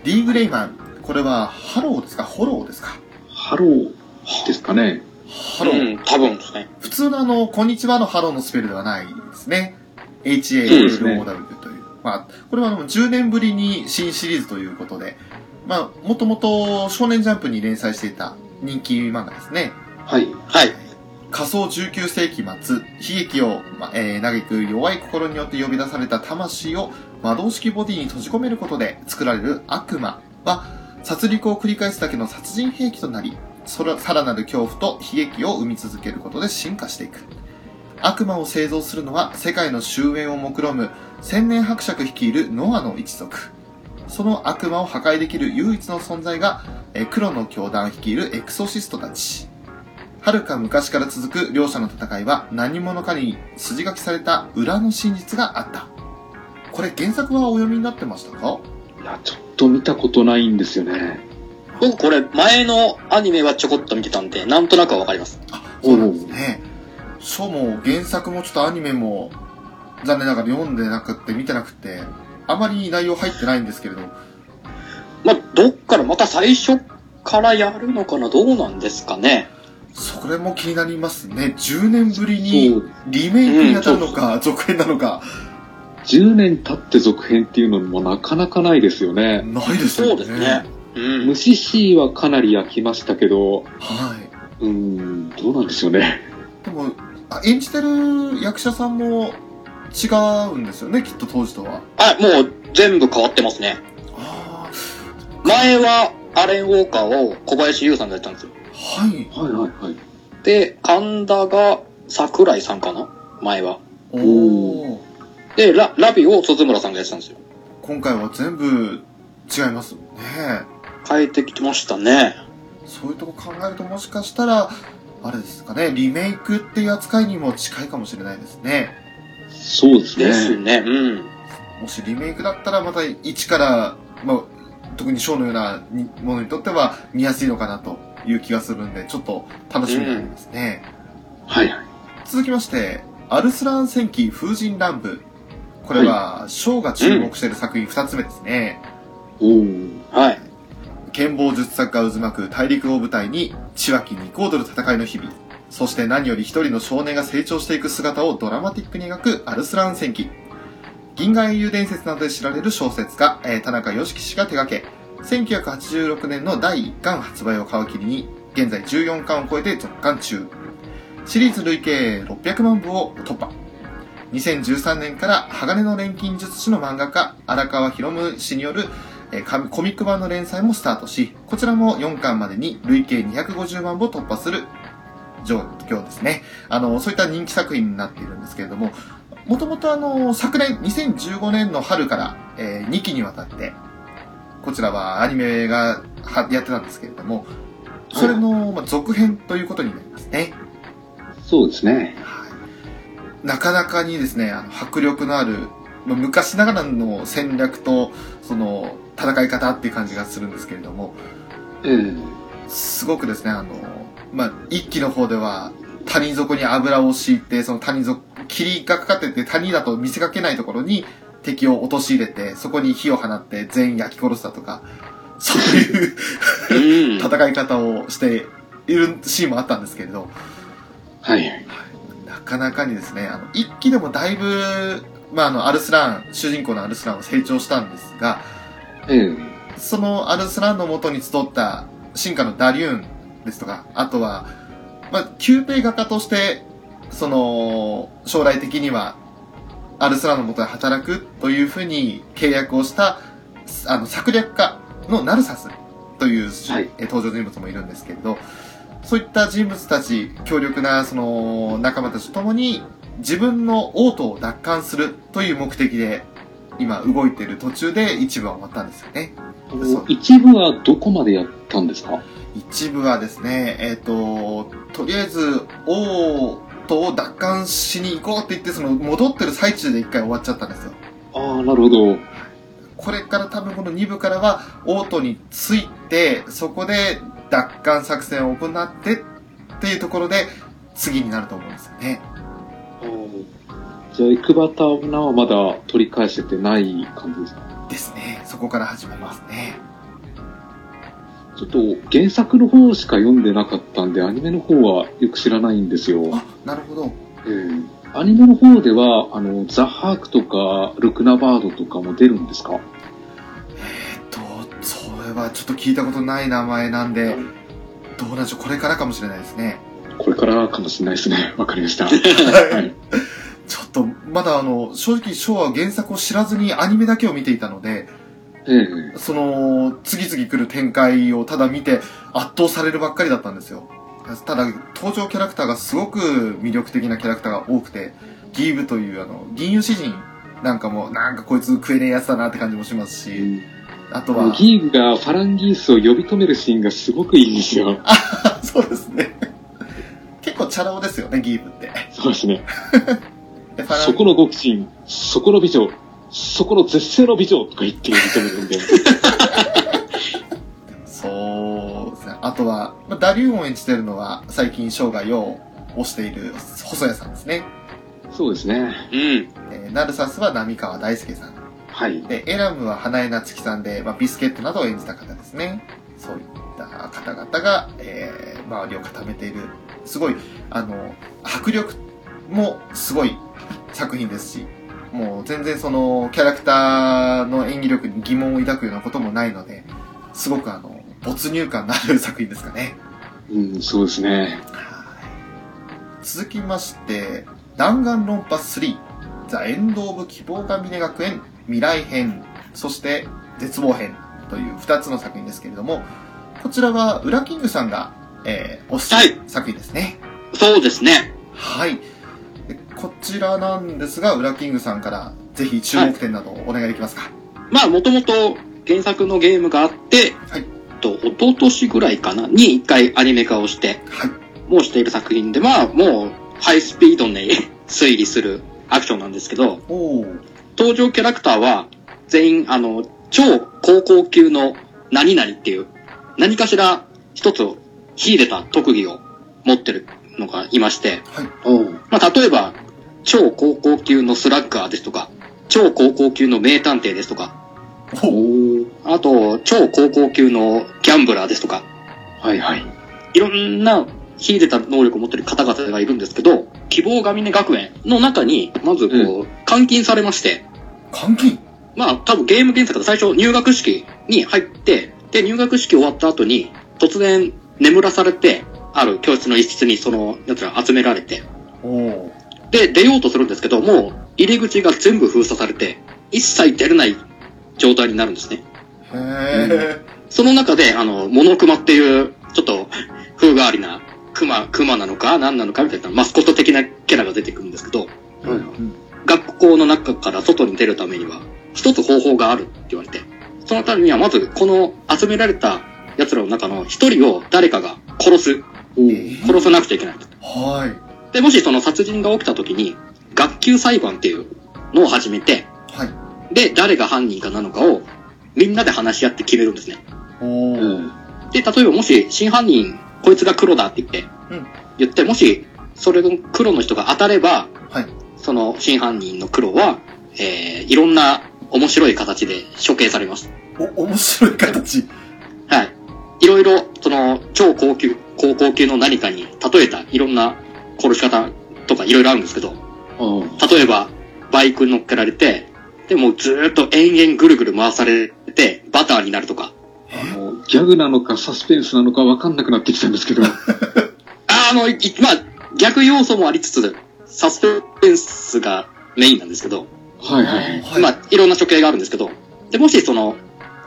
リー・グレイマン。これは、ハローですかホローですか
ハローですかね。
ハロー。
うん、多分ですね。
普通のあの、こんにちはのハローのスペルではないですね。
うん
HALOW という。まあ、これはあの10年ぶりに新シリーズということで、まあ、もともと少年ジャンプに連載していた人気漫画ですね。
はい。
はい。
仮想19世紀末、悲劇を、まあえー嘆く弱い心によって呼び出された魂を魔導式ボディに閉じ込めることで作られる悪魔は、殺戮を繰り返すだけの殺人兵器となり、そらさらなる恐怖と悲劇を生み続けることで進化していく。悪魔を製造するのは世界の終焉を目論む千年伯爵率いるノアの一族。その悪魔を破壊できる唯一の存在が、えー黒の教団率いるエクソシストたち。はるか昔から続く両者の戦いは何者かに筋書きされた裏の真実があった。これ原作はお読みになってましたか
いや、ちょっと見たことないんですよね。
僕これ前のアニメはちょこっと見てたんで、なんとなくはわかります。
そうなんですね。書も原作もちょっとアニメも残念ながら読んでなくって見てなくて、あまり内容入ってないんですけれど、
まあ、どっからまた最初からやるのかなどうなんですかね
それも気になりますね。10年ぶり
そ
に
う
リメイクに当たるのか、続編なのか、
10年経って続編っていうのもなかなかないですよね。
ないです
そ
よ
う
ね。
ですね。。うん。
虫 C はかなり焼きましたけ
は
ど、
い。
うーん、どうなんでしょうね。
でもあ演じてる役者さんも違うんですよねきっと当時とは
あ、もう全部変わってますね。
あ
前はアレン・ウォーカーを小林優さんがやったんですよ。
あはい
はいはいはい。
で、神田が桜井さんかな前は。
お
お
お
で、ララビを鈴村さんがやってたんですよ。
今回は全部違いますよね
変えてきてましたね。
そういうとこ考えるともしかしたらあれですかねリメイクっていう扱いにも近いかもしれないですね
そうですね。
ですね。うん。
もしリメイクだったらまた一から、まあ、特にショーのようなにものにとっては見やすいのかなという気がするんでちょっと楽しみになりますね、
はいはい。
続きまして、アルスラン戦記風神乱舞。これは、ショーが注目している作品2つ目ですね。
おー
はい。
剣謀術作が渦巻く大陸を舞台に、千脇ニコードル戦いの日々。そして何より一人の少年が成長していく姿をドラマティックに描くアルスラン戦記。銀河英雄伝説などで知られる小説家、えー田中良樹氏が手掛け、1986年の第1巻発売を皮切りに、現在14巻を超えて続巻中。シリーズ累計600万部を突破。2013年から鋼の錬金術師の漫画家、荒川博夢氏によるえー紙コミック版の連載もスタートし、こちらも4巻までに累計250万部を突破する状況ですね。あの、そういった人気作品になっているんですけれども、もともとあの、昨年、2015年の春から、え2期にわたって、こちらはアニメがはやってたんですけれども、それの、まあ、続編ということになりますね。
そうですね。
はいなかなかにですね、あの迫力のある、まあ昔ながらの戦略と、その、戦い方っていう感じがするんですけれども、
えー
すごくですね、あの、まあ、一期の方では、谷底に油を敷いて、その谷底、霧がかかってて、谷だと見せかけないところに敵を陥れて、そこに火を放って全員焼き殺したとか、そういう
うん。
戦い方をしているシーンもあったんですけれど、
はいはい。
なかなかにですね、あの、一期でもだいぶ、まあ、あの、アルスラン、主人公のアルスランは成長したんですが、
えー
そのアルスランの元に集った進化のダリューンですとか、あとは、まあ、宮廷画家として、その、将来的には、アルスランの元で働くというふうに契約をした、あの、策略家のナルサスという、
はい
え登場人物もいるんですけれど、そういった人物たち、強力な、その、仲間たちと共に、自分の王都を奪還するという目的で、今動いている途中で一部は終わったんですよね。
あの一部はどこまでやったんですか
一部はですね、えっ、と、とりあえず、王都を奪還しに行こうって言って、その、戻ってる最中で一回終わっちゃったんですよ。
ああ、なるほど。
これから多分この2部からは、王都について、そこで奪還作戦を行ってっていうところで、次になると思うんですよね。
じゃあ、エクバタオナはまだ取り返せてない感じですか
ですね。そこから始まりますね。
ちょっと原作の方しか読んでなかったんで、アニメの方はよく知らないんですよ。
あ、なるほど。
うんアニメの方では、あの、ザ・ハークとか、ルクナバードとかも出るんですか
えっと、それはちょっと聞いたことない名前なんで、どうなんでしょう。これからかもしれないですね。
これからかもしれないですね。 わかりました。い
ちょっと、まだあの、正直、ショーは原作を知らずにアニメだけを見ていたので、
ええ
その、次々来る展開をただ見て、圧倒されるばっかりだったんですよ。ただ、登場キャラクターがすごく魅力的なキャラクターが多くて、ギーブというあの、銀融詩人なんかも、なんかこいつ食えねえやつだなって感じもしますし、あとは、
ギーグがファランギースを呼び止めるシーンがすごくいいんですよ。
そうですね。結構チャラ男ですよね、ギーブって。
そうですね。
でファラン
そこの極真、そこの美女、そこの絶世の美女とか言って呼び止めるんで。
そうですね。あとは、まあ、ダリューンを演じてるのは、最近生涯を推している細谷さんですね。
そうですね。
うん。
えーナルサスは浪川大輔さん。
はい。
で、エラムは花江夏樹さんで、まあ、ビスケットなどを演じた方ですね。そういった方々が、えー周りを固めている、すごい、あの、迫力もすごい作品ですし、もう全然その、キャラクターの演技力に疑問を抱くようなこともないので、すごくあの、没入感のある作品ですかね。
うん、そうですね。
はい続きまして、弾丸論破3、ザ・エンド・オブ・希望が峰学園未来編、そして絶望編という2つの作品ですけれども、こちらはウラキングさんが、えー、おすすめ作品ですね。
そうですね。
はい。でこちらなんですが、ウラキングさんからぜひ注目点などをお願いできますか。
まあ、もともと原作のゲームがあって、
はい
と、一昨年ぐらいかな、に一回アニメ化をして、
はい。
もうしている作品で、まあ、もう、ハイスピードに 推理するアクションなんですけど、
おー。
登場キャラクターは、全員、あの、超高校級の何々っていう、何かしら一つを秀でた特技を持ってるのがいまして、
はい。
おう。
まあ、例えば、超高校級のスラッガーですとか、超高校級の名探偵ですとか、
おー。
あと、超高校級のギャンブラーですとか、
はいはい。
いろんな秀でた能力を持ってる方々がいるんですけど、希望が峰学園の中に、まずこう、監禁されまして、
監禁
まあ多分ゲーム原作だと最初入学式に入って、で入学式終わった後に、突然眠らされて、ある教室の一室にその奴ら集められて、
おー。
で出ようとするんですけど、もう入り口が全部封鎖されて、一切出れない状態になるんですね。
へー。
その中で、あの、モノクマっていう、ちょっと、風変わりな、クマ、クマなのか、何なのかみたいな、マスコット的なキャラが出てくるんですけど、
はい
学校の中から外に出るためには、一つ方法があるって言われて、そのためには、まず、この集められた奴らの中の一人を誰かが殺す。
お
え
う。
ー
殺さなくちゃいけない。
はい。
で、もしその殺人が起きた時に、学級裁判っていうのを始めて、
はい。
で、誰が犯人かなのかを、みんなで話し合って決めるんですね。
お
う
ー。
ん。
で、例えばもし真犯人、こいつが黒だって言って、
うん
言って、もし、それの黒の人が当たれば、
はい
その真犯人の黒は、えー、いろんな面白い形で処刑されます。
お、面白い形。
はい。いろいろ、その、超高級、高校級の何かに例えたいろんな殺し方とかいろいろあるんですけど、
おう
例えば、バイクに乗っけられて、でもうずーっと延々ぐるぐる回されて、バターになるとか、
あのギャグなのかサスペンスなのかわかんなくなってきたんですけど。
あの、いまあ、逆要素もありつつ、サスペンスがメインなんですけど、
はいはい。
はい
まあ、いろんな処刑があるんですけど、で、もしその、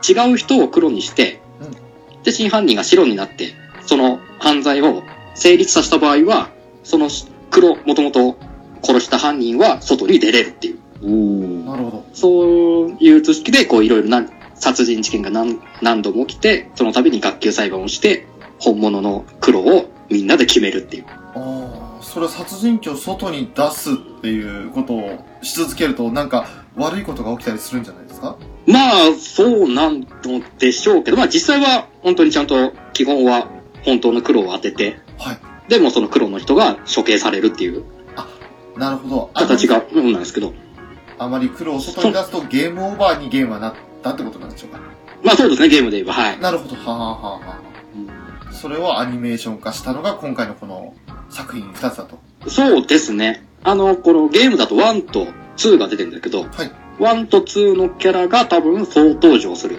違う人を黒にして
うん、
で、真犯人が白になって、その犯罪を成立させた場合は、その黒、もともと殺した犯人は外に出れるっていう、
お
な
お。
るほど。
そういう図式で、こう、いろいろな、殺人事件が何何度も起きて、その度に学級裁判をして、本物の黒をみんなで決めるっていう。
ああ、それは殺人鬼を外に出すっていうことをし続けると、なんか悪いことが起きたりするんじゃないですか
まあ、そうなんのでしょうけど、まあ実際は本当にちゃんと基本は本当の黒を当てて、
はい。
でもその黒の人が処刑されるっていう。
なるほど。あ
形が、うんなんですけど。
あまり苦労を外に出すとゲームオーバーにゲームはなったってことなんでしょうか。
まあそうですね、ゲームで言えば、はい。
なるほど。はあ、はあはあはあ、それをアニメーション化したのが今回のこの作品2つだと。
そうですね。あの、このゲームだと1と2が出てるんだけど、
はい。
1と2のキャラが多分総登場する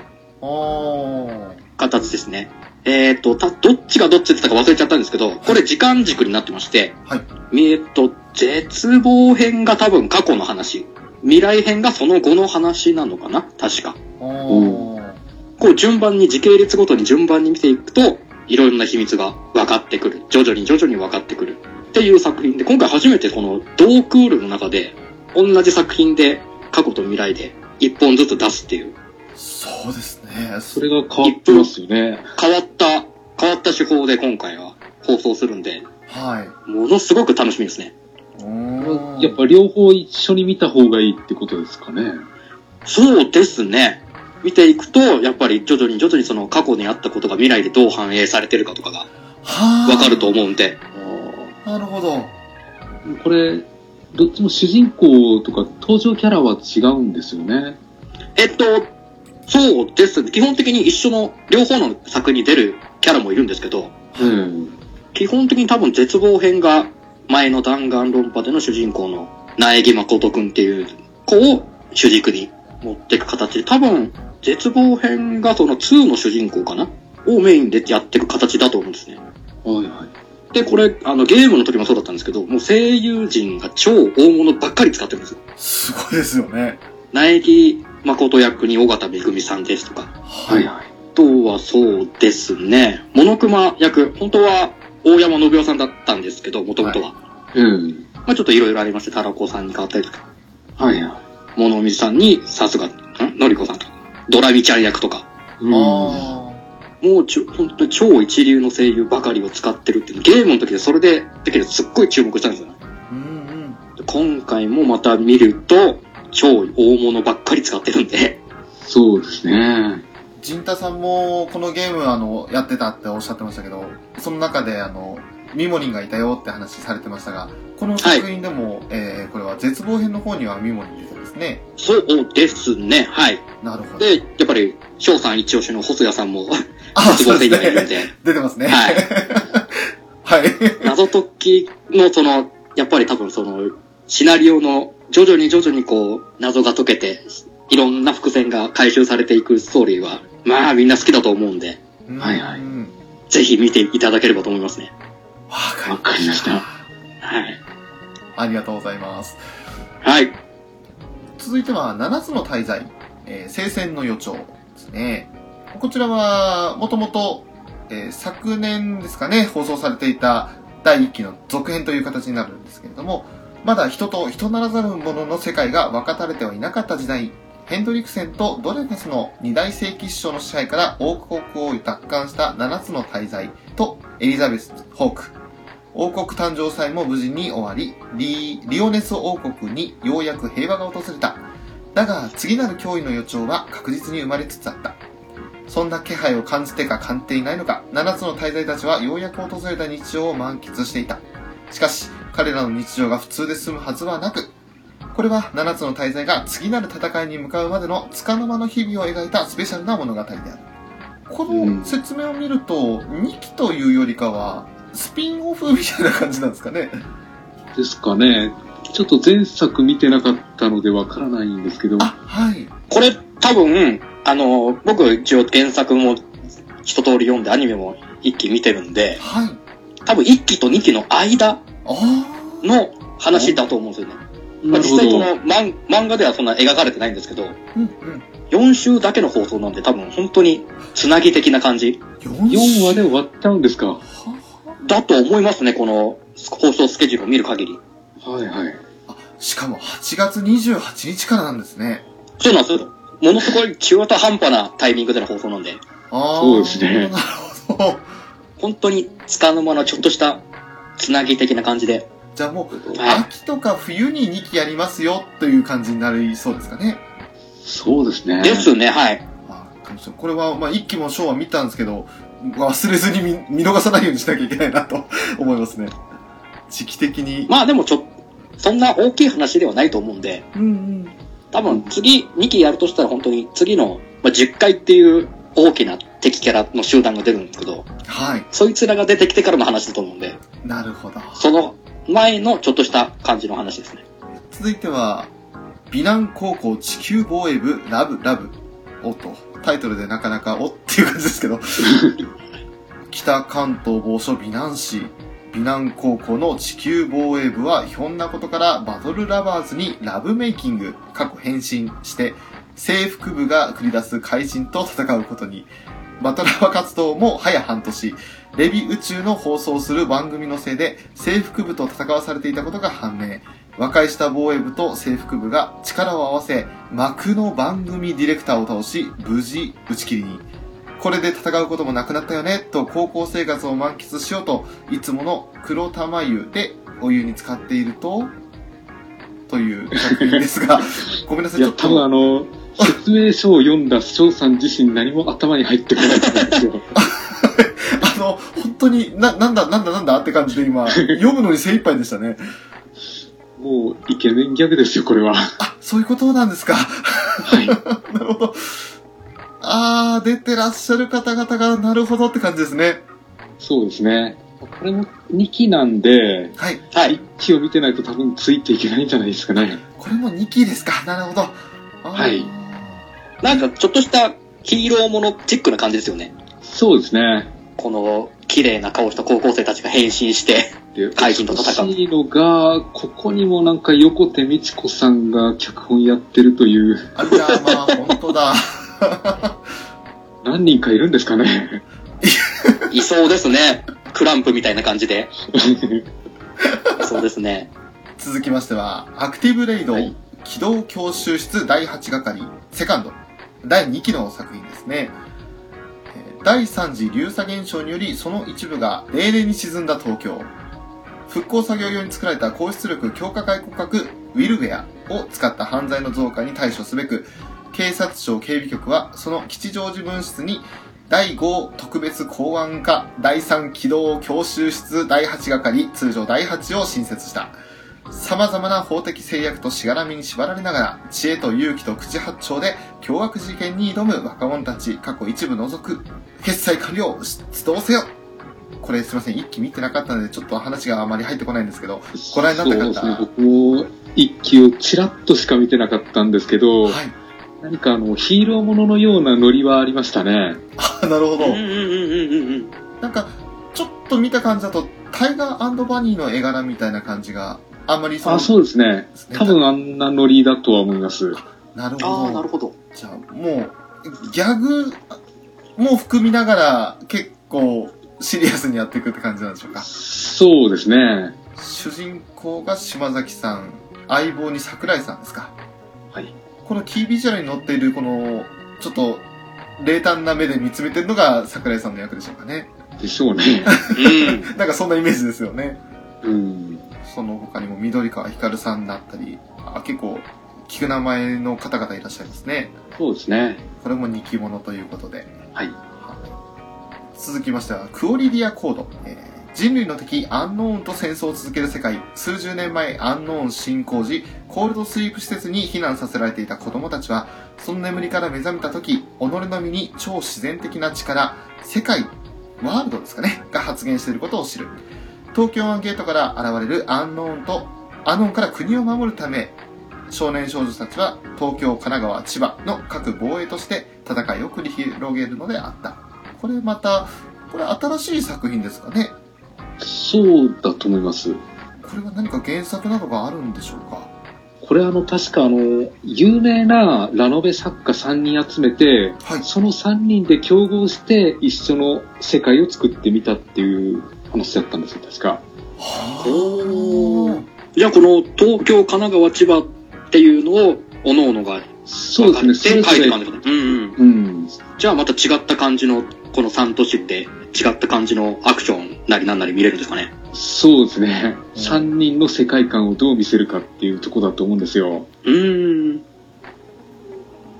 おー。
形ですね。えっ、と、た、どっちがどっちだったか忘れちゃったんですけど、これ時間軸になってまして、
はい。
えっ、と、絶望編が多分過去の話、未来編がその後の話なのかな確か。
おー。
こう順番に時系列ごとに順番に見ていくと、いろんな秘密が分かってくる。徐々に徐々に分かってくる。っていう作品で、今回初めてこの同クールの中で、同じ作品で過去と未来で一本ずつ出すっていう、
そうですね。
それが変わってますよね。
変わった、変わった手法で今回は放送するんで、
はい。
ものすごく楽しみですね。
うーん
やっぱ両方一緒に見た方がいいってことですかね。
そうですね。見ていくと、やっぱり徐々に徐々にその過去にあったことが未来でどう反映されてるかとかが
は
分かると思うんで、
あ。なるほど。
これ、どっちも主人公とか登場キャラは違うんですよね。
えっと、そうです。基本的に一緒の、両方の作に出るキャラもいるんですけど、
うん。
基本的に多分絶望編が前の弾丸論破での主人公の苗木誠くんっていう子を主軸に持っていく形で、多分絶望編がその2の主人公かなをメインでやっていく形だと思うんですね。
はいはい。
で、これ、あの、ゲームの時もそうだったんですけど、もう声優陣が超大物ばっかり使ってるんですよ。
すごいですよね。
苗木誠役に尾形めぐみさんですとか、
はい。
はい。
あとはそうですね、モノクマ役、本当は大山信夫さんだったんですけど、もともとは。
うん。
まあちょっといろいろありまして、タラコさんに変わったりとか、
はいはい。
物水さんにさすが、んのりこさんとか、ドラミちゃん役とか、
うん
あ
もうちょ、本当に超一流の声優ばかりを使ってるっていう、ゲームの時でそれで、だけどすっごい注目したんですよね。
ー。うんうん。
で今回もまた見ると、超大物ばっかり使ってるんで、
そうですね。
陣太さんもこのゲームあのやってたっておっしゃってましたけど、その中であの、ミモリンがいたよって話されてましたが、この作品でも、えー、これは絶望編の方にはミモリン出てですね。
そうですね、はい。
なるほど。
で、やっぱり、翔さん一押しの細谷さんも、
あ、
すご
そう
い
です
いるん
ね。
で、
出てますね。
はい。
はい。
謎解きのその、やっぱり多分その、シナリオの徐々に徐々にこう、謎が解けて、いろんな伏線が回収されていくストーリーは、まあみんな好きだと思うんで、
はいはい
うんうん
ぜひ見ていただければと思いますね。
わか
わかりました。
はい。
ありがとうございます。
はい。
続いては、7つの大罪、えー、聖戦の予兆ですね。こちらは、もともと、えー昨年ですかね、放送されていた第1期の続編という形になるんですけれども、まだ人と人ならざる者の世界が分かたれてはいなかった時代、ヘンドリクセンとドレフェスの二大聖騎士長の支配から王国を奪還した7つの大罪とエリザベス・ホーク、王国誕生祭も無事に終わりリリオネス王国にようやく平和が訪れただが次なる脅威の予兆は確実に生まれつつあったそんな気配を感じてか感じていないのか7つの大罪たちはようやく訪れた日常を満喫していたしかし彼らの日常が普通で済むはずはなくこれは7つの大罪が次なる戦いに向かうまでの束の間の日々を描いたスペシャルな物語であるこの説明を見ると2期というよりかはスピンオフみたいな感じなんですかね。
ですかね。ちょっと前作見てなかったのでわからないんですけど。
あ、はい。
これ多分、あの、僕一応原作も一通り読んでアニメも一期見てるんで、
はい。
多分一期と二期の間
ああ。
の話だと思うんですよね。ま
な
あ、
る
実
ほ
際そ
ど。
の漫漫画ではそんな描かれてないんですけど、
うんうん。
4週だけの放送なんで多分本当につなぎ的な感じ
4
4
話で
は
終わっちゃうんですか。は
あ
だと思いますね、この放送スケジュールを見る限り。
いはい。
しかも8月28日からなんですね。
そうなんですよ。ものすごい中途半端なタイミングでの放送なんで、
ああ。
そうですね
なるほど。
本当につかの間のちょっとしたつなぎ的な感じで、
じゃあもう、
はい
秋とか冬に2期やりますよという感じになりそうですかね。
そうですね。
ですね、はい。
あーかもしれないこれは、まあ、1期もショーは見たんですけど、忘れずに見見逃さないようにしなきゃいけないなと思いますね。時期的に。
まあでもちょ、そんな大きい話ではないと思うんで、
うん
多分次2期やるとしたら本当に次の、まあ、10回っていう大きな敵キャラの集団が出るんですけど、
はい。
そいつらが出てきてからの話だと思うんで、
なるほど。
その前のちょっとした感じの話ですね。
続いては、美南高校地球防衛部ラブラブ。おっと、タイトルでなかなかおっていう感じですけど。北関東某所美南市。美南高校の地球防衛部はひょんなことからバトルラバーズにラブメイキング、過去変身して、制服部が繰り出す怪人と戦うことに。バトラバ活動も早半年、レビ宇宙の放送する番組のせいで制服部と戦わされていたことが判明。和解した防衛部と制服部が力を合わせ幕の番組ディレクターを倒し無事打ち切りにこれで戦うこともなくなったよねと高校生活を満喫しようといつもの黒玉湯でお湯に使っているとという作品ですがごめんなさい
い
ち
や、
ょっ
多分あ
と
の、説明書を読んだ翔さん自身何も頭に入ってこないと思うんです よ。
あの本当にななんだなんだなんだって感じで 今読むのに精一杯でしたね
もう、イケメンギャグですよ、これは。
あそういうことなんですか
はい。
なるほどあー出てらっしゃる方々がなるほどって感じですね
そうですね。これも2期なんで、
はい
はい。
1期を見てないと多分ついていけないんじゃないですかね。
これも2期ですか。なるほど。あー
はい
なんかちょっとしたヒーローものチックな感じですよね。
そうですね。
この綺麗な顔した高校生たちが変身して、
で、
怪人と戦う
欲しいのが、ここにもなんか横手美智子さんが脚本やってるという、
あじゃあまあ、本当だ。
何人かいるんですかね。
いそうですね。クランプみたいな感じで。いそうですね。
続きましては、アクティブレイド、
はい
機動教習室第8係、セカンド、第2期の作品ですね。えー第3次流砂現象により、その一部が霊々に沈んだ東京。復興作業用に作られた高出力強化外骨格、ウィルウェアを使った犯罪の増加に対処すべく、警察庁警備局は、その吉祥寺分室に、第5特別公安課第3機動教習室第8係、通常第8を新設した。様々な法的制約としがらみに縛られながら、知恵と勇気と口八丁で凶悪事件に挑む若者たち、過去一部除く、決済完了、出動せよこれすいません、一気見てなかったので、ちょっと話があまり入ってこないんですけど、ご覧になった方
そうですね。僕も1期をちらっとしか見てなかったんですけど、
はい。
何かあの、ヒーローもののようなノリはありましたね。
あなるほ
う
ど
んうん。うんうんうんうん。
なんか、ちょっと見た感じだと、タイガーバニーの絵柄みたいな感じが、あんまり
あ、そうですね。
です
多分あんなノリだとは思います。
なるほ
あ
ど。
あ、なるほど。
じゃあ、もう、ギャグも含みながら、結構、シリアスにやっていくって感じなんでしょうか。
そうですね。
主人公が島崎さん、相棒に桜井さんですか。
はい。
このキービジュアルに載っている、この、ちょっと、冷淡な目で見つめてるのが桜井さんの役でしょうかね。
でしょう ね。
うん。
なんかそんなイメージですよね。
うん。
その他にも緑川光さんだったり、あ結構、聞く名前の方々いらっしゃいますね。
そうですね。
これも人気者ということで。
はい。
続きましては、クオリディアコード。えー人類の敵、アンノーンと戦争を続ける世界。数十年前、アンノーン侵攻時、コールドスリープ施設に避難させられていた子供たちは、その眠りから目覚めた時、己の身に超自然的な力、世界、ワールドですかね、が発現していることを知る。東京湾ゲートから現れるアンノーンと、アンノーンから国を守るため、少年少女たちは東京、神奈川、千葉の各防衛として戦いを繰り広げるのであった。これまた、これ新しい作品ですかね
そうだと思います。
これは何か原作などがあるんでしょうか
これあの、確かあの、有名なラノベ作家3人集めて、
はい。
その3人で競合して一緒の世界を作ってみたっていう話だったんですよ、確か。
おーじゃあこの東京、神奈川、千葉っていうのを、おのおのが
そうですね、それ
書い
ぞれ
て感。じだね。うんうん。
うん。
じゃあまた違った感じの、この3都市で違った感じのアクションなりなんなり見れるんですかね。
そうですね。
うん
3人の世界観をどう見せるかっていうとこだと思うんですよ。
うーん。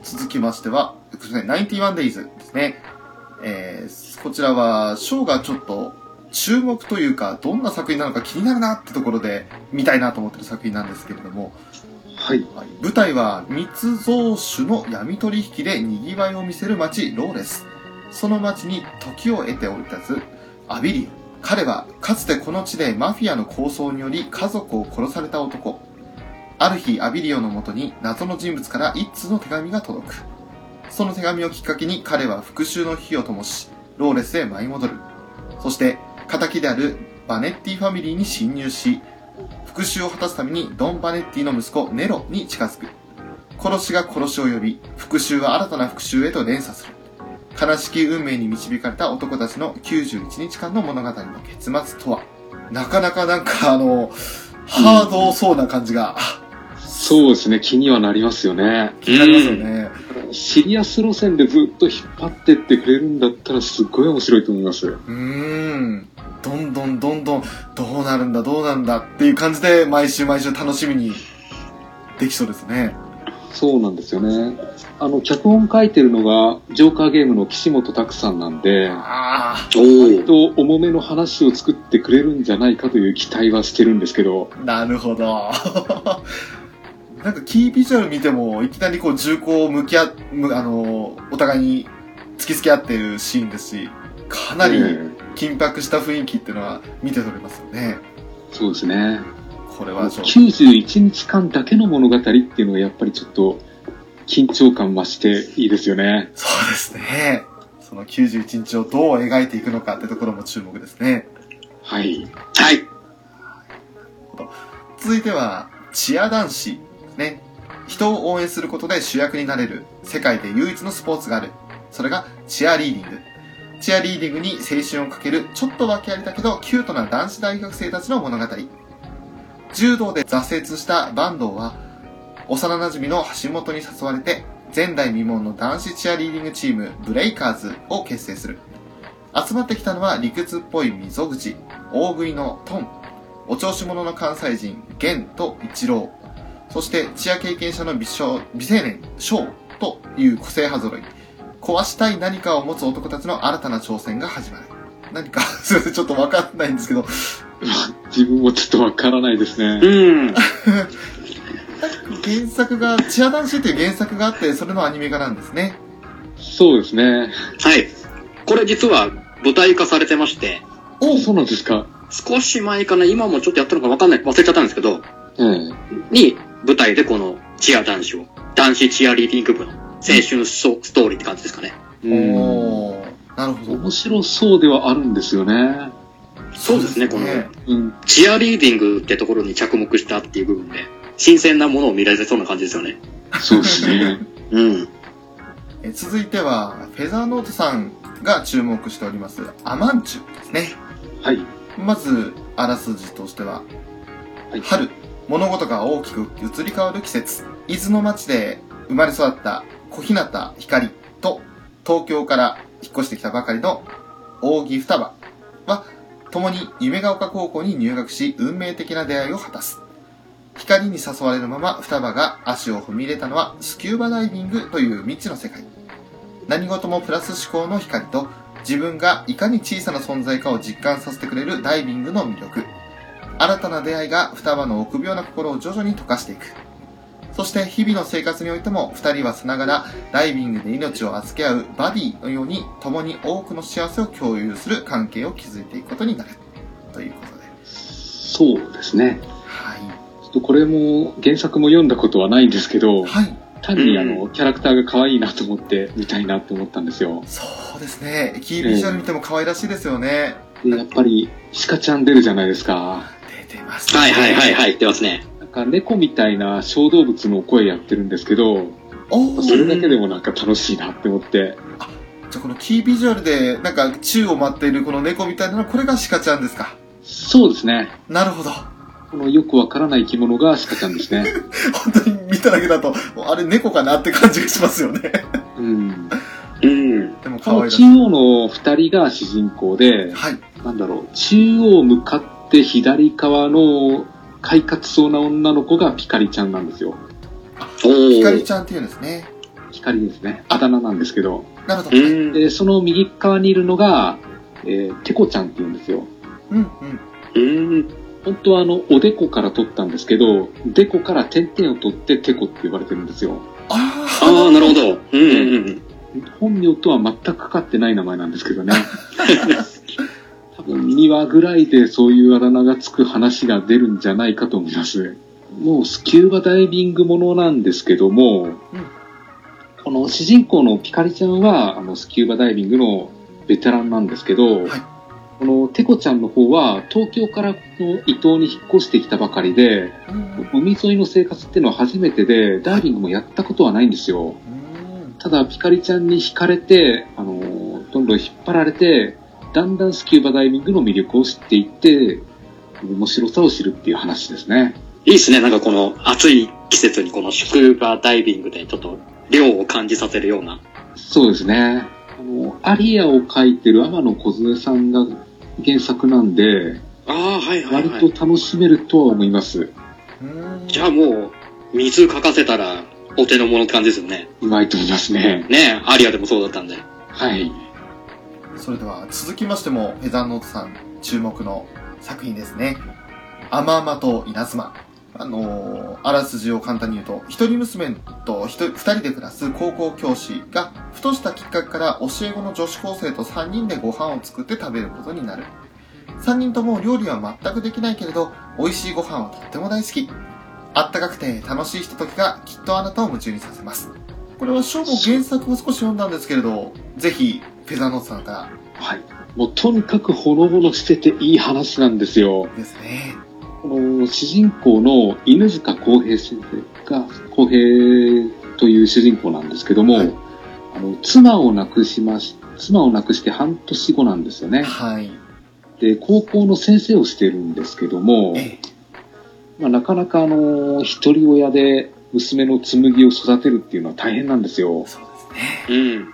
続きましては、91 days ですね。えー、こちらは、ショーがちょっと注目というか、どんな作品なのか気になるなってところで、見たいなと思ってる作品なんですけれども、
はい。
はい舞台は密造酒の闇取引で賑わいを見せる町ローレスその町に時を得て降り立つアビリオ彼はかつてこの地でマフィアの抗争により家族を殺された男ある日アビリオのもとに謎の人物から一通の手紙が届くその手紙をきっかけに彼は復讐の火を灯しローレスへ舞い戻るそして敵であるバネッティファミリーに侵入し復讐を果たすためにドン・バネッティの息子ネロに近づく殺しが殺しを呼び復讐は新たな復讐へと連鎖する悲しき運命に導かれた男たちの91日間の物語の結末とはなかなかなんかあのハードそうな感じが、
そうですね、気にはなりますよね。
気になりますよね、
シリアス路線でずっと引っ張ってってくれるんだったらすごい面白いと思います。
うーんどんどんどんどんどうなるんだどうなるんだっていう感じで毎週毎週楽しみにできそうですね
そうなんですよね。あの、脚本書いてるのが、ジョーカーゲームの岸本拓さんなんで、
あ
おー
と重めの話を作ってくれるんじゃないかという期待はしてるんですけど、
あなるほどなんかキービジュアル見てもいきなりこう銃口を向き合むあのお互いに突きつけ合ってるシーンですしかな
え
り
え
緊迫した雰囲気っていうのは見て取れますよね
そうですね。
これはちょっと
91日間だけの物語っていうのがやっぱりちょっと緊張感増していいですよね。
そうですねその91日をどう描いていくのかってところも注目ですね
はい。
はい。
続いてはチア男子ね人を応援することで主役になれる世界で唯一のスポーツがあるそれがチアリーディングチアリーディングに青春をかけるちょっと訳ありだけどキュートな男子大学生たちの物語柔道で挫折した坂東は幼馴染の橋本に誘われて前代未聞の男子チアリーディングチームブレイカーズを結成する集まってきたのは理屈っぽい溝口大食いのトンお調子者の関西人、源と一郎。そして、チア経験者の美少美青年、翔という個性派揃い。壊したい何かを持つ男たちの新たな挑戦が始まる。何か、 すいません、ちょっとわかんないんですけど、
自分もちょっとわからないです
う
ね。
ん。
原作が、チア男子っていう原作があって、それのアニメ化なんですね。
そうですね。
はい。これ実は舞台化されてまして、
おそうなんですか。
少し前かな、今もちょっとやったのかわかんない、忘れちゃったんですけど、
ええ
に、舞台でこのチア男子を、男子チアリーディング部の青春ストストーリーって感じですかね。
うん。
おー、なるほど。
面白そうではあるんですよね。
そうですね、この
うん。
チアリーディングってところに着目したっていう部分で、新鮮なものを見られそうな感じですよね。
そうですね。
うん。
え続いては、フェザーノートさんが注目しております、アマンチュですね。
はい。
まず、あらすじとしては、
はい
春、物事が大きく移り変わる季節、伊豆の町で生まれ育った小日向光と、東京から引っ越してきたばかりの扇双葉は、共に夢が丘高校に入学し、運命的な出会いを果たす。光に誘われるまま双葉が足を踏み入れたのはスキューバダイビングという未知の世界。何事もプラス思考の光と自分がいかに小さな存在かを実感させてくれるダイビングの魅力新たな出会いが双葉の臆病な心を徐々に溶かしていくそして日々の生活においても2人はさながらダイビングで命を預け合うバディのように共に多くの幸せを共有する関係を築いていくことになるということで
そうですね。
はい
ちょっとこれも原作も読んだことはないんですけど、
はい
単にあ
う
の、キャラクターが可愛いなと思って見たいなと思ったんですよ。
そうですねキービジュアル見ても可愛らしいですよね
で、やっぱり、鹿ちゃん出るじゃないですか。
出てますね
はいはいはいはい、言ってますね。
なんか猫みたいな小動物の声やってるんですけど、
おお
それだけでもなんか楽しいなって思って、
じゃあこのキービジュアルでなんか宙を舞っているこの猫みたいなのこれがシカちゃんですか
そうですね。
なるほど
このよくわからない生き物が鹿ちゃん ですね。
本当に見ただけだともうあれ猫かなって感じがしますよね
うん。
うん。
でも可
こ
愛ら
の中
しい
央の二人が主人公で、
はい
なんだろう、中央向かって左側の快活そうな女の子がピカリちゃんなんですよ。
お
ヒカリ
ー。
ちゃんっていうんですね
ピカリですね。あだ名なんですけど。
なるほど、
うん。
で、その右側にいるのが、えーテコちゃんって言うんですよ。
うんうん。
うーん。
本当はあの、おでこから取ったんですけど、でこから点々を取っててこって呼ばれてるんですよ。
あー
ああ、なるほど。うんうんうん。
本名とは全くかかってない名前なんですけど ね。多分2話ぐらいでそういうあだ名がつく話が出るんじゃないかと思います。もうスキューバダイビングものなんですけども、この主人公のピカリちゃんはあのスキューバダイビングのベテランなんですけど、
はい
このテコちゃんの方は東京からこの伊東に引っ越してきたばかりで、
うん
海沿いの生活っていうのは初めてで、ダイビングもやったことはないんですよ。
うん
ただピカリちゃんに惹かれて、あのーどんどん引っ張られてだんだんスキューバダイビングの魅力を知っていって面白さを知るっていう話ですね
いいですね。なんかこの暑い季節にこのスクーバーダイビングでちょっと量を感じさせるような。
そうですねあのアリアを描いてる天野梢さんが原作なんで
ああ、はいはい
割
は
と
い。
楽しめるとは思います、
うん
じゃあもう、水かかせたらお手の物って感じですよね。
うまいと思いますね
ねえ、アリアでもそうだったんで。
はい
それでは続きましてもフェザーノートさん注目の作品ですね「あまあまと稲妻」あのーあらすじを簡単に言うと一人娘と一人二人で暮らす高校教師がふとしたきっかけから教え子の女子高生と3人でご飯を作って食べることになる3人とも料理は全くできないけれど美味しいご飯はとっても大好きあったかくて楽しいひとときがきっとあなたを夢中にさせますこれは章も原作を少し読んだんですけれどぜひフェザーノートさんから
はいもうとにかくほのぼのしてていい話なんですよ
ですね。
この主人公の犬塚浩平先生が、浩平という主人公なんですけども、
はい
あの妻を亡くしまし、妻を亡くして半年後なんですよね。
はい。
で、高校の先生をしてるんですけども
え、え。
まあ、なかなかあの、一人親で娘の紬を育てるっていうのは大変なんですよ。
そうですね。
うん。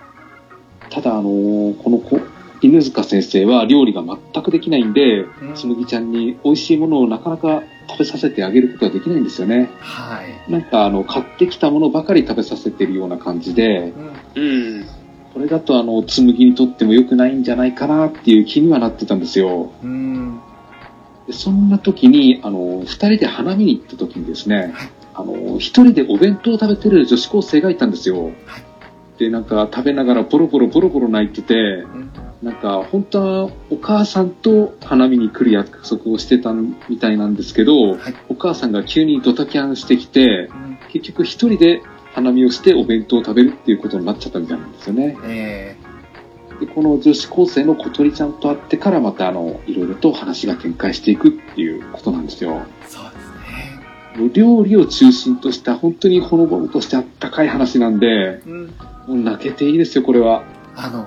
ただあの、この子、犬塚先生は料理が全くできないんで、
うん
紬ちゃんに美味しいものをなかなか食べさせてあげることができないんですよね。
はい。
なんかあの買ってきたものばかり食べさせてるような感じで、
うん。
うん。
これだとあの紬にとっても良くないんじゃないかなっていう気にはなってたんですよ。
うん。
でそんな時に、あの、二人で花見に行った時にですね、あの、一人でお弁当を食べてる女子高生がいたんですよ。で、なんか食べながらボロボロボロボロ泣いてて、
うん
なんか本当はお母さんと花見に来る約束をしてたみたいなんですけど、
はい
お母さんが急にドタキャンしてきて、
うん
結局一人で花見をしてお弁当を食べるっていうことになっちゃったみたいなんですよね。
え
で、この女子高生の小鳥ちゃんと会ってからまたあの、いろいろと話が展開していくっていうことなんですよ。
え。そうですね。
もう料理を中心とした本当にほのぼのとしてあったかい話なんで、
うん。
もう泣けていいですよ、これは。
あの、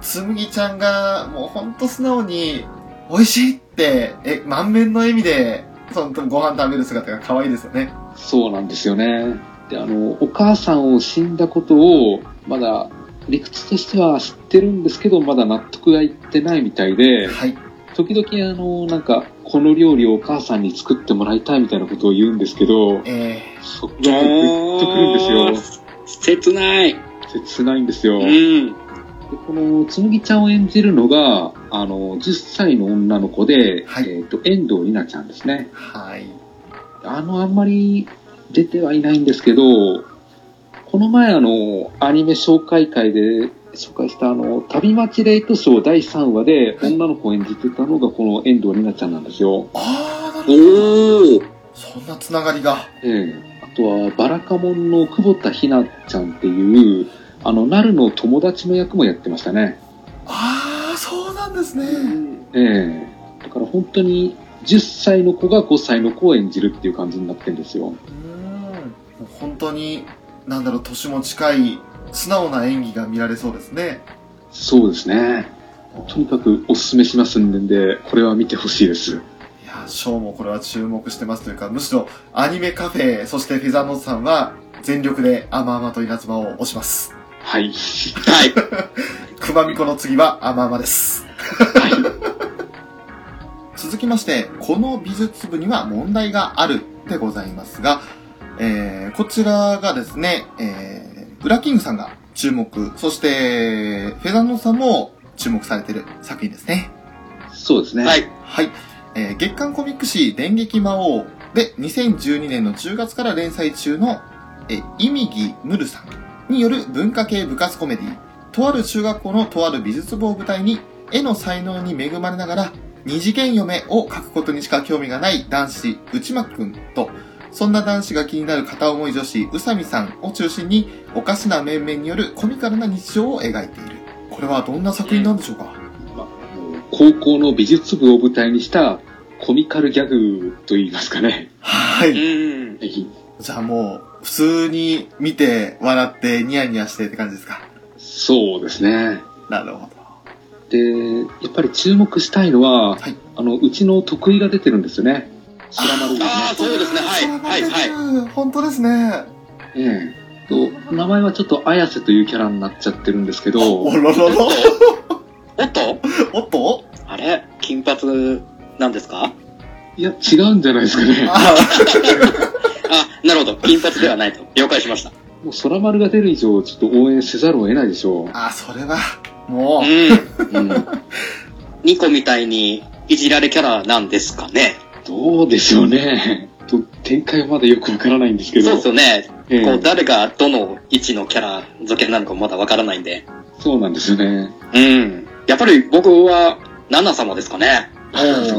つむぎちゃんが、もうほんと素直に、美味しいって、え、満面の笑みで、そのご飯食べる姿が可愛いですよね。
そうなんですよね。で、あの、お母さんを死んだことを、まだ理屈としては知ってるんですけど、まだ納得がいってないみたいで、
はい。
時々あの、なんか、この料理をお母さんに作ってもらいたいみたいなことを言うんですけど、
え
そっとグッとくるんですよ。
切ない。
切ないんですよ。
う
で
ん。
この、つむぎちゃんを演じるのが、あの、10歳の女の子で、
はい
えっ、と、遠藤里奈ちゃんですね
え。。はい。
あの、あんまり出てはいないんですけど、この前あの、アニメ紹介会で紹介したあの、旅待ちレイトショー第3話で
はい
女の子を演じてたのがこの遠藤里奈ちゃんなんですよ。
あー、なるほ
お
ど。
ー。
そんなつながりが。
ええあとは、バラカモンの久保田ひなちゃんっていう、あの、なるの友達の役もやってましたね。
あー、そうなんですね。
ええだから本当に、10歳の子が5歳の子を演じるっていう感じになってるんです
う
よ。
ん。もう本当に、なんだろう、年も近い、素直な演技が見られそうですね。
そうですね。とにかくおすすめしますんで、これは見てほしいです。
いや、ショーもこれは注目してますというか、むしろアニメカフェ、そしてフェザーノーズさんは全力で甘々と稲妻を押します。
はい。
はい。
熊みこの次は甘々です。
は
続きまして、この美術部には問題があるでございますが、えー、こちらがですね、えー、ウラキングさんが注目、そして、フェザーノーズさんも注目されている作品ですね。
い。そうですね。。
はいい。
はい。えー月刊コミック誌、電撃魔王で、2012年の10月から連載中の、えー、イミギムルさんによる文化系部活コメディ、とある中学校のとある美術部を舞台に、絵の才能に恵まれながら、二次元嫁を描くことにしか興味がない男子、内間くんと、そんな男子が気になる片思い女子、宇佐美さんを中心に、おかしな面々によるコミカルな日常を描いている。これはどんな作品なんでしょうか、
まあもう高校の美術部を舞台にしたコミカルギャグと言いますかね。
は
う
い。
ん。
はい
じゃあもう、普通に見て、笑って、ニヤニヤしてって感じですか。
そうですね。
なるほど。
で、やっぱり注目したいのは、
はい
あの、うちの得意が出てるんですよね。白丸ですね。
ああ、そうですね。はい。はい。は
い。
い。
本当ですね。
ええと、名前はちょっと綾瀬というキャラになっちゃってるんですけど
お、ろろろ。
おっ と
おっと
あれ金髪なんですか
いや、違うんじゃないですか ね。
あ
あ、なるほど。金髪ではないと。了解しました。
もう空丸が出る以上、ちょっと応援せざるを得ないでしょう。
あ、それは、もう、
うん。
うん、
ニコみたいにいじられキャラなんですかね。
どうでしょうね。と展開はまだよくわからないんですけど。
そうですよね。
ええ
こう、誰がどの位置のキャラ付けなのかまだわからないんで。
そうなんですよね。
うん。やっぱり僕は、ナナ様ですかね。
おー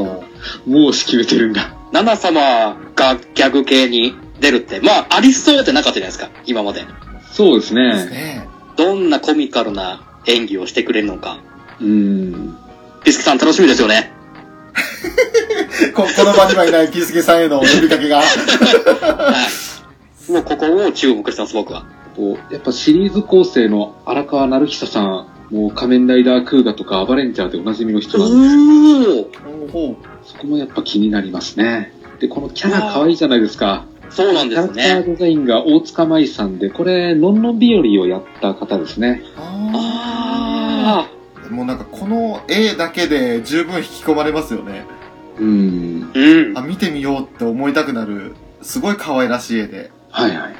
もう決めてるんだ。
ナナ様がギャグ系に出るって、まあ、ありそうでなかったじゃないですか、今まで。
そうで
です
すね。
ね。
どんなコミカルな演技をしてくれるのか。
うん。
ビスケさん楽しみですよね。
こ、この場にはいない、キスケさんへの呼びかけが。
はい。もうここを注目してます、僕は。
とやっぱシリーズ構成の荒川成久さん、もう仮面ライダークーガとかアバレンジャーでおなじみの人なんで、
おー
おお
そこもやっぱ気になりますね。で、このキャラ可愛いじゃないですか。
そうなん
キ
で
ャラ
す
クター
ね。
デザインが大塚舞さんで、これ、のんのん日和をやった方ですね。
あ
あ
ーもうなんか、この絵だけで十分引き込まれますよね。
うん。
あ。うん
あ、。見てみようって思いたくなる、すごい可愛らしい絵で。
はいはい。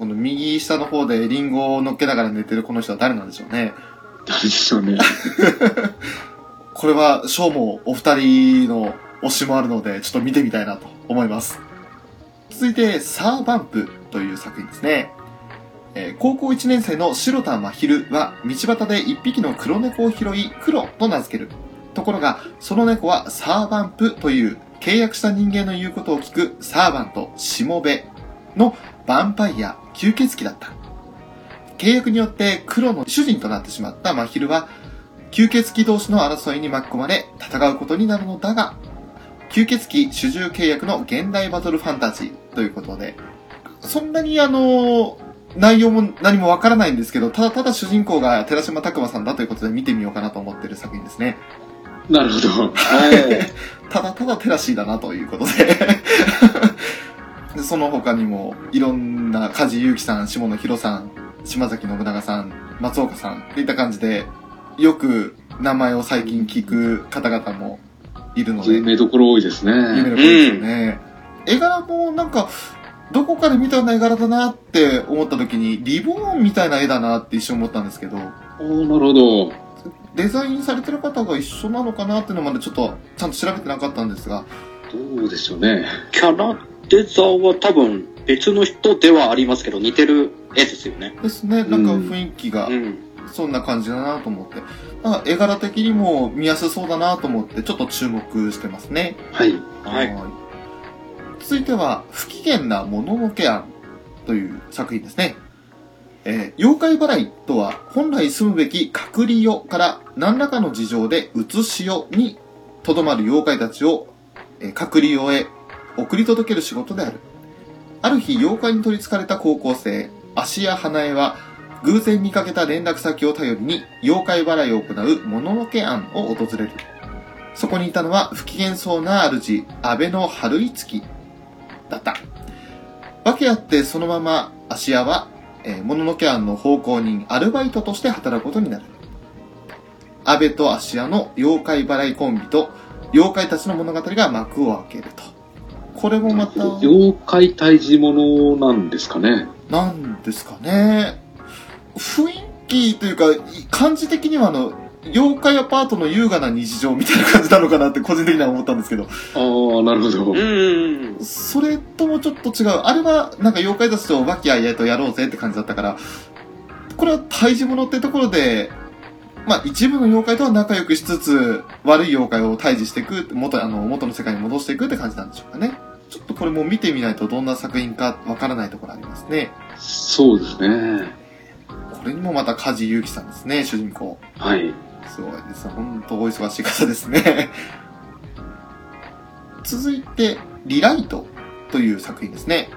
この右下の方でリンゴを乗っけながら寝てるこの人は誰なんでしょうね。
誰でしょうね。
これは、ショーもお二人の推しもあるので、ちょっと見てみたいなと思います。続いて、サーバンプという作品ですね。えー高校1年生の白田真昼は、道端で一匹の黒猫を拾い、黒と名付ける。ところが、その猫はサーバンプという、契約した人間の言うことを聞くサーバント、しもべのヴァンパイア、吸血鬼だった。契約によって黒の主人となってしまった真昼は、吸血鬼同士の争いに巻き込まれ戦うことになるのだが、吸血鬼主従契約の現代バトルファンタジーということで、そんなにあの、内容も何もわからないんですけど、ただただ主人公が寺島拓馬さんだということで見てみようかなと思ってる作品ですね。
なるほど。
ただただテラシーだなということで。 でその他にも、いろんな梶裕貴さん、下野紘さん、島崎信長さん、松岡さんといった感じで、よく名前を最近聞く方々もいるので、
有
有名
名どころ多いです
な
ね。
ことですよね。絵柄もなんか、どこかで見たような絵柄だなって思った時に、リボーンみたいな絵だなって一瞬思ったんですけど、
おーなるほど。
デザインされてる方が一緒なのかなっていうのまでちょっとちゃんと調べてなかったんですが、
どうでしょうね。
キャラデザーは多分別の人ではありますけど、似てる絵ですよね。
ですね。なんか
うん
雰囲気が
う、ん。
そんな感じだなと思って。まあ絵柄的にも見やすそうだなと思って、ちょっと注目してますね。
はい。
はい
ーい続いては、不機嫌なもののけ案という作品ですね。えー妖怪払いとは、本来住むべき隔離世から何らかの事情で移し世にとどまる妖怪たちを、えー隔離世へ送り届ける仕事である。ある日、妖怪に取り憑かれた高校生、足や花江は、偶然見かけた連絡先を頼りに、妖怪払いを行うもののけ案を訪れる。そこにいたのは不機嫌そうな主、安倍の春一きだった。訳あってそのまま芦屋は、えー、もののけ庵の奉公人、アルバイトとして働くことになる。安倍と芦屋の妖怪払いコンビと、妖怪たちの物語が幕を開けると。これもまた、
妖怪退治ものなんですかね。
なんですかね。雰囲気というか、い感じ的にはあの、妖怪アパートの優雅な日常みたいな感じなのかなって個人的には思ったんですけど、
ああ、なるほど
うん。うん
それともちょっと違う。あれはなんか妖怪たちと和気あいあいとやろうぜって感じだったから、これは退治者ってところで、まあ一部の妖怪とは仲良くしつつ、悪い妖怪を退治していく、元あの元の世界に戻していくって感じなんでしょうかね。ちょっとこれも見てみないとどんな作品かわからないところありますね。
そうですね。
これにもまた梶裕貴さんですね、主人公。
はい。
すごいです。本当お忙しい方ですね。 続いて、リライトという作品ですね。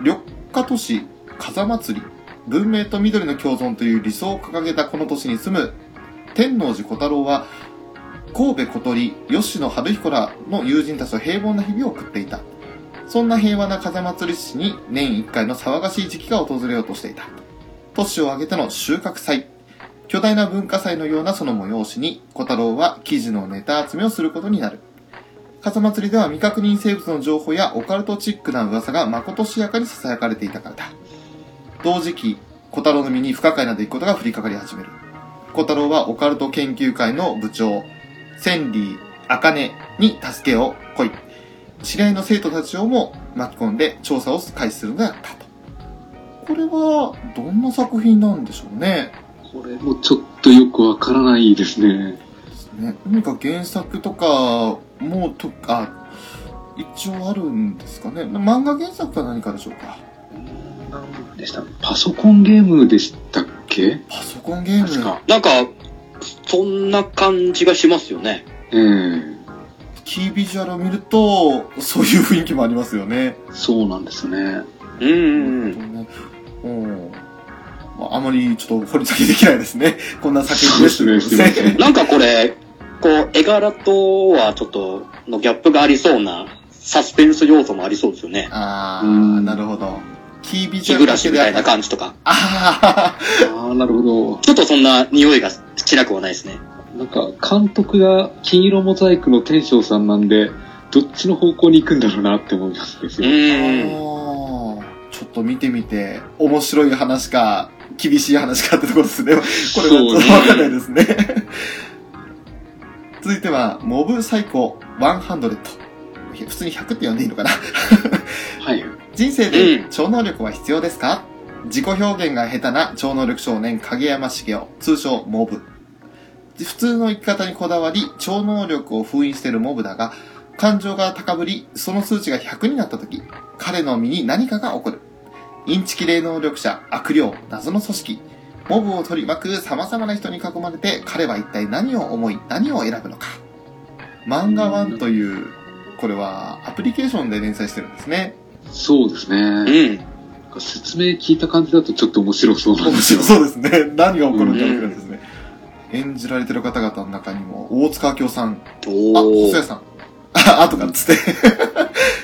緑化都市、風祭り、文明と緑の共存という理想を掲げたこの都市に住む天王寺小太郎は、神戸小鳥、吉野春彦らの友人たちと平凡な日々を送っていた。そんな平和な風祭り市に年1回の騒がしい時期が訪れようとしていた。都市を挙げての収穫祭、巨大な文化祭のようなその催しに、小太郎は記事のネタ集めをすることになる。笠祭りでは未確認生物の情報やオカルトチックな噂がまことしやかに囁かれていたからだ。同時期、小太郎の身に不可解な出来事が降りかかり始める。小太郎はオカルト研究会の部長、センリー、アカネに助けを来い。知り合いの生徒たちをも巻き込んで調査を開始するのだったと。これは、どんな作品なんでしょうね。
これもちょっとよくわからないですね。
ね、何か原作とかもとか一応あるんですかね漫画原作か何かでしょうか
何でしたパソコンゲームでしたっけ
パソコンゲーム
確か。
なんか、そんな感じがしますよね。
ええ
キービジュアルを見るとそういう雰囲気もありますよね。
そうなんですね。
うんうんうん。
ねうんまああまりちょっと掘り下げできないですね。こんな作品です
そうですねすいません
なんかこれ、こう、絵柄とはちょっと、のギャップがありそうな、サスペンス要素もありそうですよね。
あ
う
ー、
ん
なるほど。キービジュ
日
アル
暮
だ
らし
け
み
で
た
あ
いな感じとか。
あー
ああ、なるほど。
ちょっとそんな匂いがしなくはないですね。
なんか、監督が金色モザイクの天翔さんなんで、どっちの方向に行くんだろうなって思いますです
う
よ。
ーん。
あーちょっと見てみて、面白い話か、厳しい話かってところですね。これはちょっとわかんないですね。続いては、モブ最高100。普通に100って呼んでいいのかな
はい。
人生で
うん
超能力は必要ですか、自己表現が下手な超能力少年影山茂雄、通称モブ。普通の生き方にこだわり、超能力を封印しているモブだが、感情が高ぶり、その数値が100になった時、彼の身に何かが起こる。インチキ霊能力者、悪霊、謎の組織。モブを取り巻く様々な人に囲まれて、彼は一体何を思い、何を選ぶのか。漫画ワンという、これはアプリケーションで連載してるんですね。
そうです
う
ね。
ん。
なんか説明聞いた感じだとちょっと面白そうなん
面
ですよ
白。そうですね。何が起こるんだろうですね。演じられてる方々の中にも、大塚明夫さん、あ、
お
細谷
ー。
さん、 あ、あとかっつっ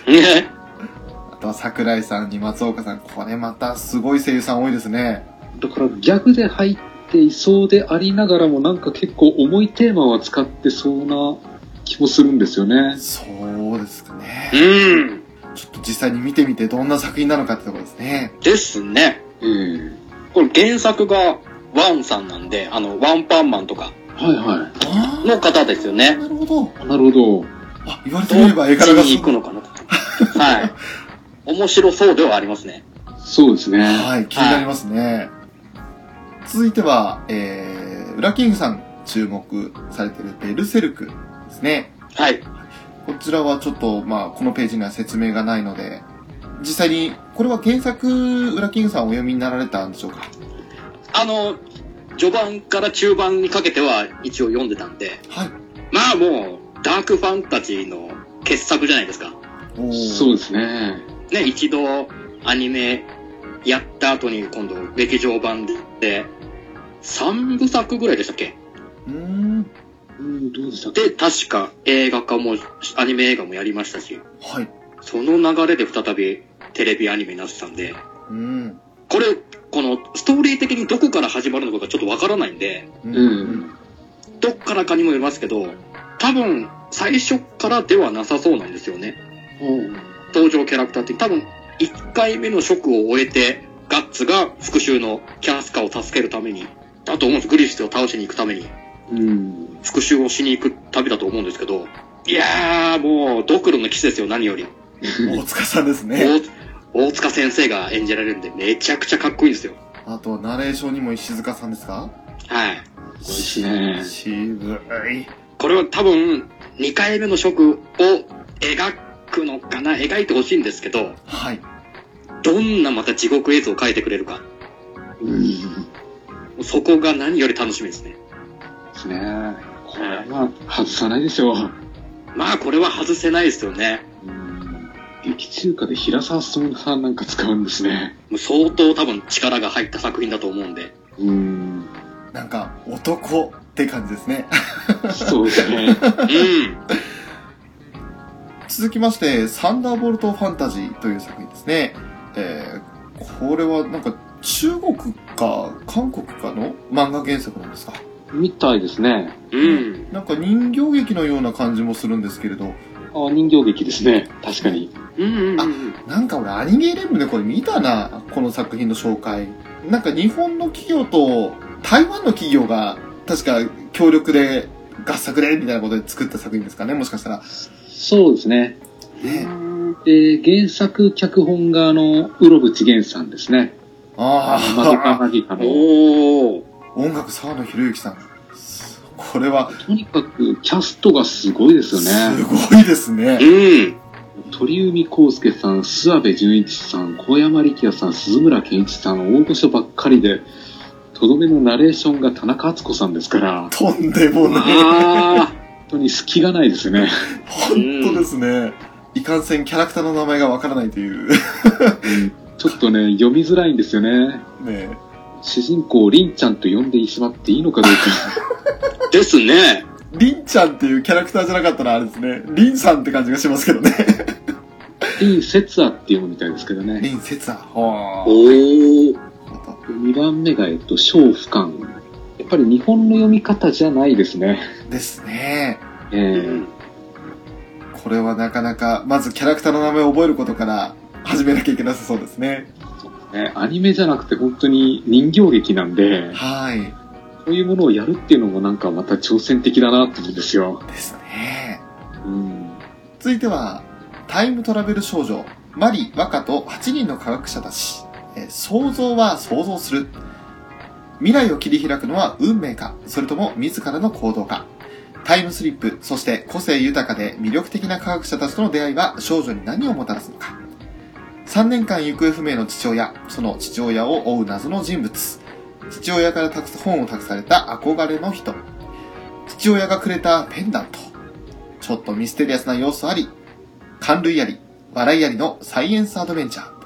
て、
ね。
あとは桜井さんに松岡さん、これまたすごい声優さん多いですね。
だからギャグで入っていそうでありながらもなんか結構重いテーマは使ってそうな気もするんですよね。
そうですね
う。ん。
ちょっと実際に見てみて、どんな作品なのかってところですね。
ですね。
ええ
これ原作がワンさんなんで、あの、ワンパンマンとか
はいは
あ
の方ですよ
あ、
ね。
なるほど。
い。なるほど。
あ、言われて
ど
みれば
っ
絵
ち
柄がす
に行くのかなと。はい。面白そうではありますね。
そうですね。
はい、気になりますね。続いては、えー、ウラキングさん注目されてるベルセルクですね。
はい。
こちらはちょっと、まあ、このページには説明がないので、実際に、これは原作、裏キングさんお読みになられたんでしょうか
あの、序盤から中盤にかけては一応読んでたんで、
はい。
まあもう、ダークファンタジーの傑作じゃないですか。
お
そう
う
ですね。
ね、一度アニメやった後に今度劇場版で、3部作ぐらいでしたっけ
ーん。
うん、どうでしたっけ
で、確か映画化も、アニメ映画もやりましたし、
はい。
その流れで再びテレビアニメになってたんで、
うん。
これ、このストーリー的にどこから始まるのかがちょっとわからないんで、
う
う。ん。
どっからかにもよりますけど、多分、最初からではなさそうなんですよね。登場キャラクターって、多分、1回目のショックを終えて、ガッツが復讐のキャスカを助けるために、だと思うんです。グリフィスを倒しに行くために、
うん。
復讐をしに行く旅だと思うんですけど、いやー、もう、ドクロの騎士ですよ、何より。
大塚さんですね。
大大塚先生が演じられるんで、めちゃくちゃかっこいいんですよ。
あと、ナレーションにも石塚さんですか
はい。
ごいっすね
渋い。
これは多分、2回目の職を描くのかな、描いてほしいんですけど、
はい。
どんなまた地獄絵図を描いてくれるか、
うん。
そこが何より楽しみですね。
ですね。これは外さないでしょう。
まあ、これは外せないですよね。
うん。劇中華で平沢進さんなんか使うんですね。
もう相当多分力が入った作品だと思うんで。
うん。
なんか、男って感じですね。
そうですね。
うん。
続きまして、サンダーボルトファンタジーという作品ですね。えー、これはなんか中国か韓国かの漫画原作なんですか
みたいですね。
うん。
なんか人形劇のような感じもするんですけれど、
あ、人形劇ですね。確かに。
うんうんうん。
なんか俺アニメイレブンでこれ見たな、この作品の紹介。なんか日本の企業と台湾の企業が確か協力で合作でみたいなことで作った作品ですかね、もしかしたら。
そうですね。
ね。
で、原作脚本があの、うろぶちげんさんですね。
ああ。
マギカマギカの。
おー。
音楽沢野博之さん。これは、
とにかくキャストがすごいですよ
す
ね。
ごいですね。
うん。
鳥海康介さん、諏訪部純一さん、小山力也さん、鈴村健一さん、大御所ばっかりで、とどめのナレーションが田中敦子さんですから、
とんでもない。
あー。
本当に隙がないですね。
本当ですね。いかんせんキャラクターの名前がわからないという。
ちょっとね、読みづらいんですよね。
ね
主人公をりんちゃんと呼んでしまっていいのかどう
ですね。
りんちゃんっていうキャラクターじゃなかったらあれですね。りんさんって感じがしますけどね。
か、 りん節也っていうみたいですけどね。
りんせつあ。は
おー。
あ。
2番目が、えっと、小不感。やっぱり日本の読み方じゃないですね。
ですね。
え
う
ー
ん。
これはなかなか、まずキャラクターの名前を覚えることから始めなきゃいけなさそうですね。
ねアニメじゃなくて本当に人形劇なんで、
はい。
こういうものをやるっていうのもなんかまた挑戦的だなって思うんですよ。
ですね。
うん。
続いては、タイムトラベル少女、マリ、ワカと8人の科学者たち、えー想像は想像する。未来を切り開くのは運命か、それとも自らの行動か。タイムスリップ、そして個性豊かで魅力的な科学者たちとの出会いは少女に何をもたらすのか。3年間行方不明の父親、その父親を追う謎の人物。父親から託す本を託された憧れの人。父親がくれたペンダント。ちょっとミステリアスな要素あり、感類あり、笑いありのサイエンスアドベンチャー。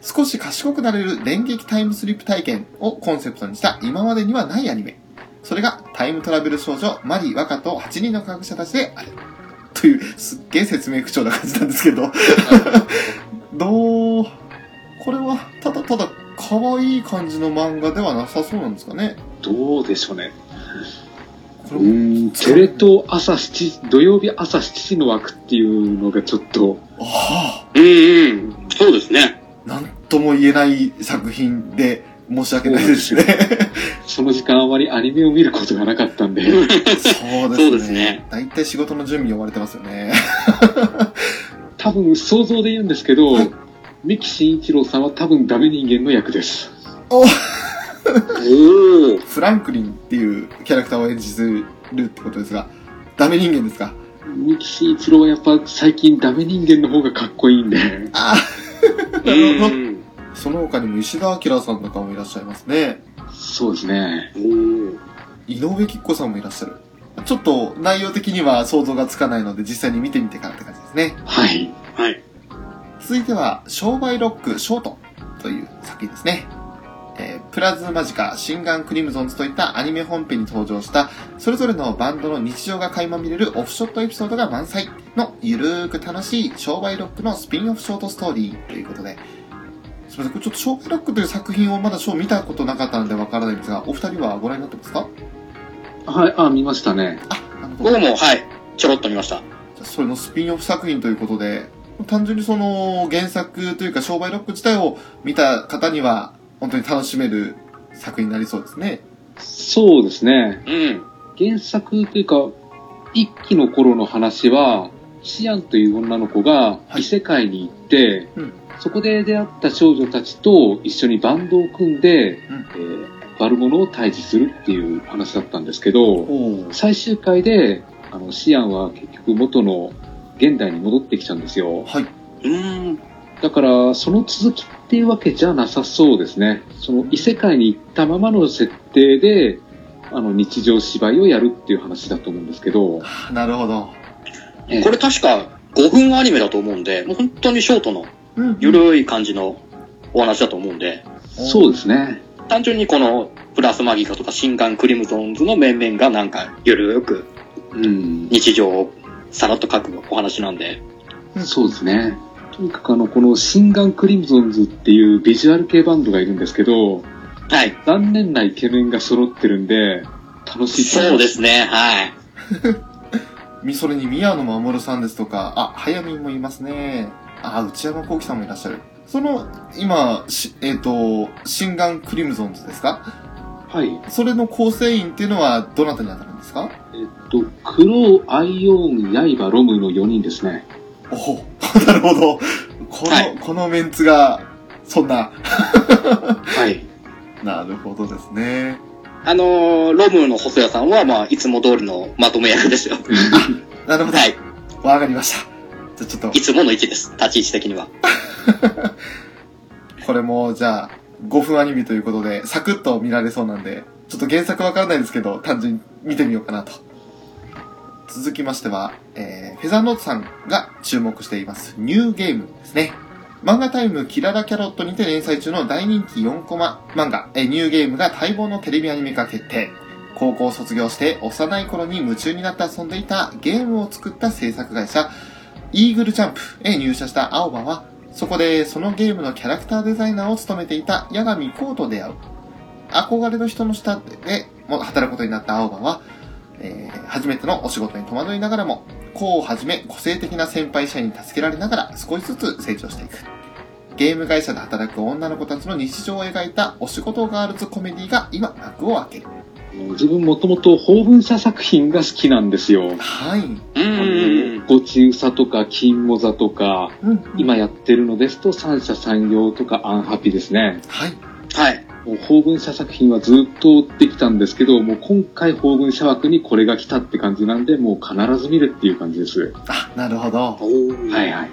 少し賢くなれる電撃タイムスリップ体験をコンセプトにした今までにはないアニメ。それがタイムトラベル少女マリー・ワカと8人の科学者たちである。という、すっげえ説明口調な感じなんですけど。どう、これはただただ可愛い感じの漫画ではなさそうなんですかね。
どうでしょうね。
これ
う
も
ん。テレ東朝7時、土曜日朝7時の枠っていうのがちょっと、
ああ。
うんうん。そうですね。
なんとも言えない作品で申し訳ないですね。
その時間あまりアニメを見ることがなかったんで、
そうですね。
そうですね
大体仕事の準備に追われてますよね。
多分想像で言うんですけど
はい、
三木慎一郎さんは多分ダメ人間の役です。
おー。
フランクリンっていうキャラクターを演じるってことですが、ダメ人間ですか
三木慎一郎はやっぱ最近ダメ人間の方がかっこいいんで、
あ
うん。
あその他にも石田明さんとかもいらっしゃいますね。
そうですね。
おー。
井上貴子さんもいらっしゃる。ちょっと内容的には想像がつかないので実際に見てみてからって感じですね。
はい。
はい。
続いては、商売ロックショートという作品ですね。えープラズマジカ、シンガンクリムゾンズといったアニメ本編に登場した、それぞれのバンドの日常が垣間見れるオフショットエピソードが満載のゆるーく楽しい商売ロックのスピンオフショートストーリーということで、すみません、これちょっと商売ロックという作品をまだショー見たことなかったのでわからないんですが、お二人はご覧になってますか
はい、あ、見ましたね。
あ、なるほど。
僕も、はい。ちょろっと見ました。
それのスピンオフ作品ということで、単純にその原作というか商売ロック自体を見た方には本当に楽しめる作品になりそうですね。
そうですね。
うん。
原作というか、一期の頃の話は、シアンという女の子が
はい
異世界に行って、
うん
そこで出会った少女たちと一緒にバンドを組んで、
うん
えー悪者を退治するっていう話だったんですけど、
おー
最終回で、あの、シアンは結局元の現代に戻ってきちゃうんですよ。
はい。
うん。
だから、その続きっていうわけじゃなさそうですね。その異世界に行ったままの設定で、あの、日常芝居をやるっていう話だと思うんですけど、
あなるほど。
ええ
これ確か5分アニメだと思うんで、もう本当にショートの
うん
ゆるい感じのお話だと思うんで、
そうですね。
単純にこのプラスマギカとか新刊クリムゾンズの面々がなんかゆるーく
うん。
日常をさらっと書くお話なんで、
そうですね。とにかくあの、この新眼クリムゾンズっていうビジュアル系バンドがいるんですけど、
はい。
残念なイケメンが揃ってるんで、楽しいと思い
そう
ます
ですね、はい。
みそれに宮野真守さんですとか、あ、早見もいますね。あ、内山幸輝さんもいらっしゃる。その、今、しえっ、と、新眼クリムゾンズですか
はい。
それの構成員っていうのは、どなたに当たるんですか
えっと、クロウ、アイオーン、ヤイバ、ロムの4人ですね。
おほ なるほど。この、
はい
このメンツが、そんな。
はい。
なるほどですね。
あのーロムの細谷さんは、まあ、いつも通りのまとめ役ですよ。
なるほど。
はい。
わかりました。じゃあちょっ
いつもの位置です。立ち位置的には。
と、これも、じゃあ、5分アニメということで、サクッと見られそうなんで、ちょっと原作わからないですけど、単純に見てみようかなと。続きましては、えー、フェザーノートさんが注目しています、ニューゲームですね。漫画タイムキララキャロットにて連載中の大人気4コマ漫画、えーニューゲームが待望のテレビアニメ化決定。高校を卒業して幼い頃に夢中になって遊んでいたゲームを作った制作会社、イーグルジャンプへ入社した青葉は、そこでそのゲームのキャラクターデザイナーを務めていた八神光と出会う。憧れの人の下でも働くことになった青葉は、えー初めてのお仕事に戸惑いながらも、こうをはじめ個性的な先輩社員に助けられながら少しずつ成長していく。ゲーム会社で働く女の子たちの日常を描いたお仕事ガールズコメディが今幕を開ける。
あの自分もともと法文社作品が好きなんですよ。
はい。
う
あ
ー
の
ん。
ゴチウサとか、金モザとか、
うん
今やってるのですと、三者三様とか、アンハピですね。
はい。
はい。
もう法文社作品はずっと追ってきたんですけど、もう今回法文社枠にこれが来たって感じなんで、もう必ず見るっていう感じです。
あ、なるほど。
はいはい。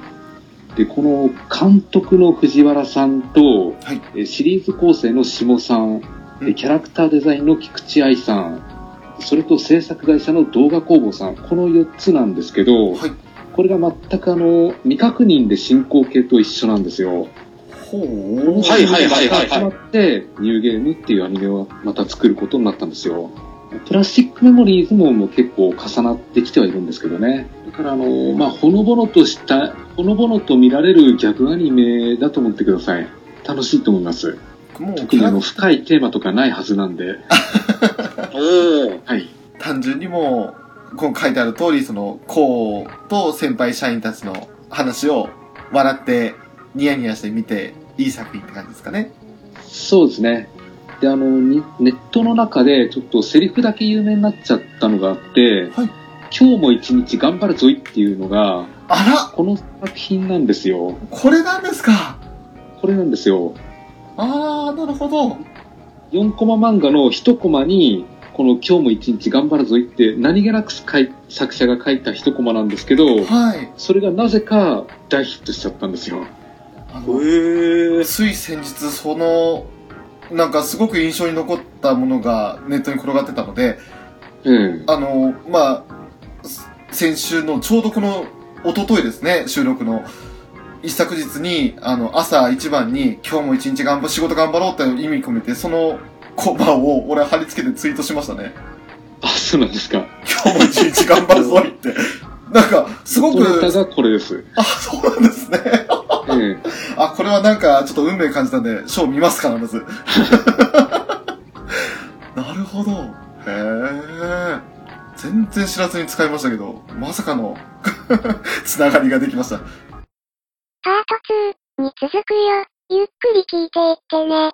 で、この監督の藤原さんと、
はい
えーシリーズ構成の下さん、
うん
でキャラクターデザインの菊池愛さん、それと制作会社の動画工房さん、この4つなんですけど、
はい
これが全くあの、未確認で進行形と一緒なんですよ。
ほう。
はいはいはいはい
始まって、ニューゲームっていうアニメをまた作ることになったんですよ。プラスチックメモリーズももう結構重なってきてはいるんですけどね。だからあの、まあ、ほのぼのとした、ほのぼのと見られるギャグアニメだと思ってください。楽しいと思います。
もう
特
キ
に
ャ
あ
ラ
の、深いテーマとかないはずなんで。
おー。
はい。
単純にもう、こう書いてある通り、その、こうと先輩社員たちの話を笑って、ニヤニヤして見て、いい作品って感じですかね。
そうですね。で、あの、にネットの中でちょっとセリフだけ有名になっちゃったのがあって、
はい
今日も一日頑張るぞいっていうのが、
あ
この作品なんですよ。
らこれなんですか
これなんですよ。
あー、なるほど。
4コマ漫画の1コマに、この今日も一日頑張るぞいって、何気なく書い作者が書いた1コマなんですけど、
はい。
それがなぜか大ヒットしちゃったんですよ。
あの、
へ
つい先日、その、なんかすごく印象に残ったものがネットに転がってたので、
うん。
あの、まあ、す先週のちょうどこの、一昨日ですね、収録の。一昨日に、あの、朝一番に、今日も一日頑張、仕事頑張ろうって意味込めて、そのコマを俺貼り付けてツイートしましたね。
あ、そうなんですか。
今日も一日頑張るぞいって。なんか、す ご
元ネタ
く、
がこれです。
あ、そうなんですね。
ええ
あ、これはなんか、ちょっと運命感じたんで、ショー見ますから、まず。 なるほど。へえ。全然知らずに使いましたけど、まさかの、 つながりができました。
パート2に続くよ。ゆっくり聞いていってね。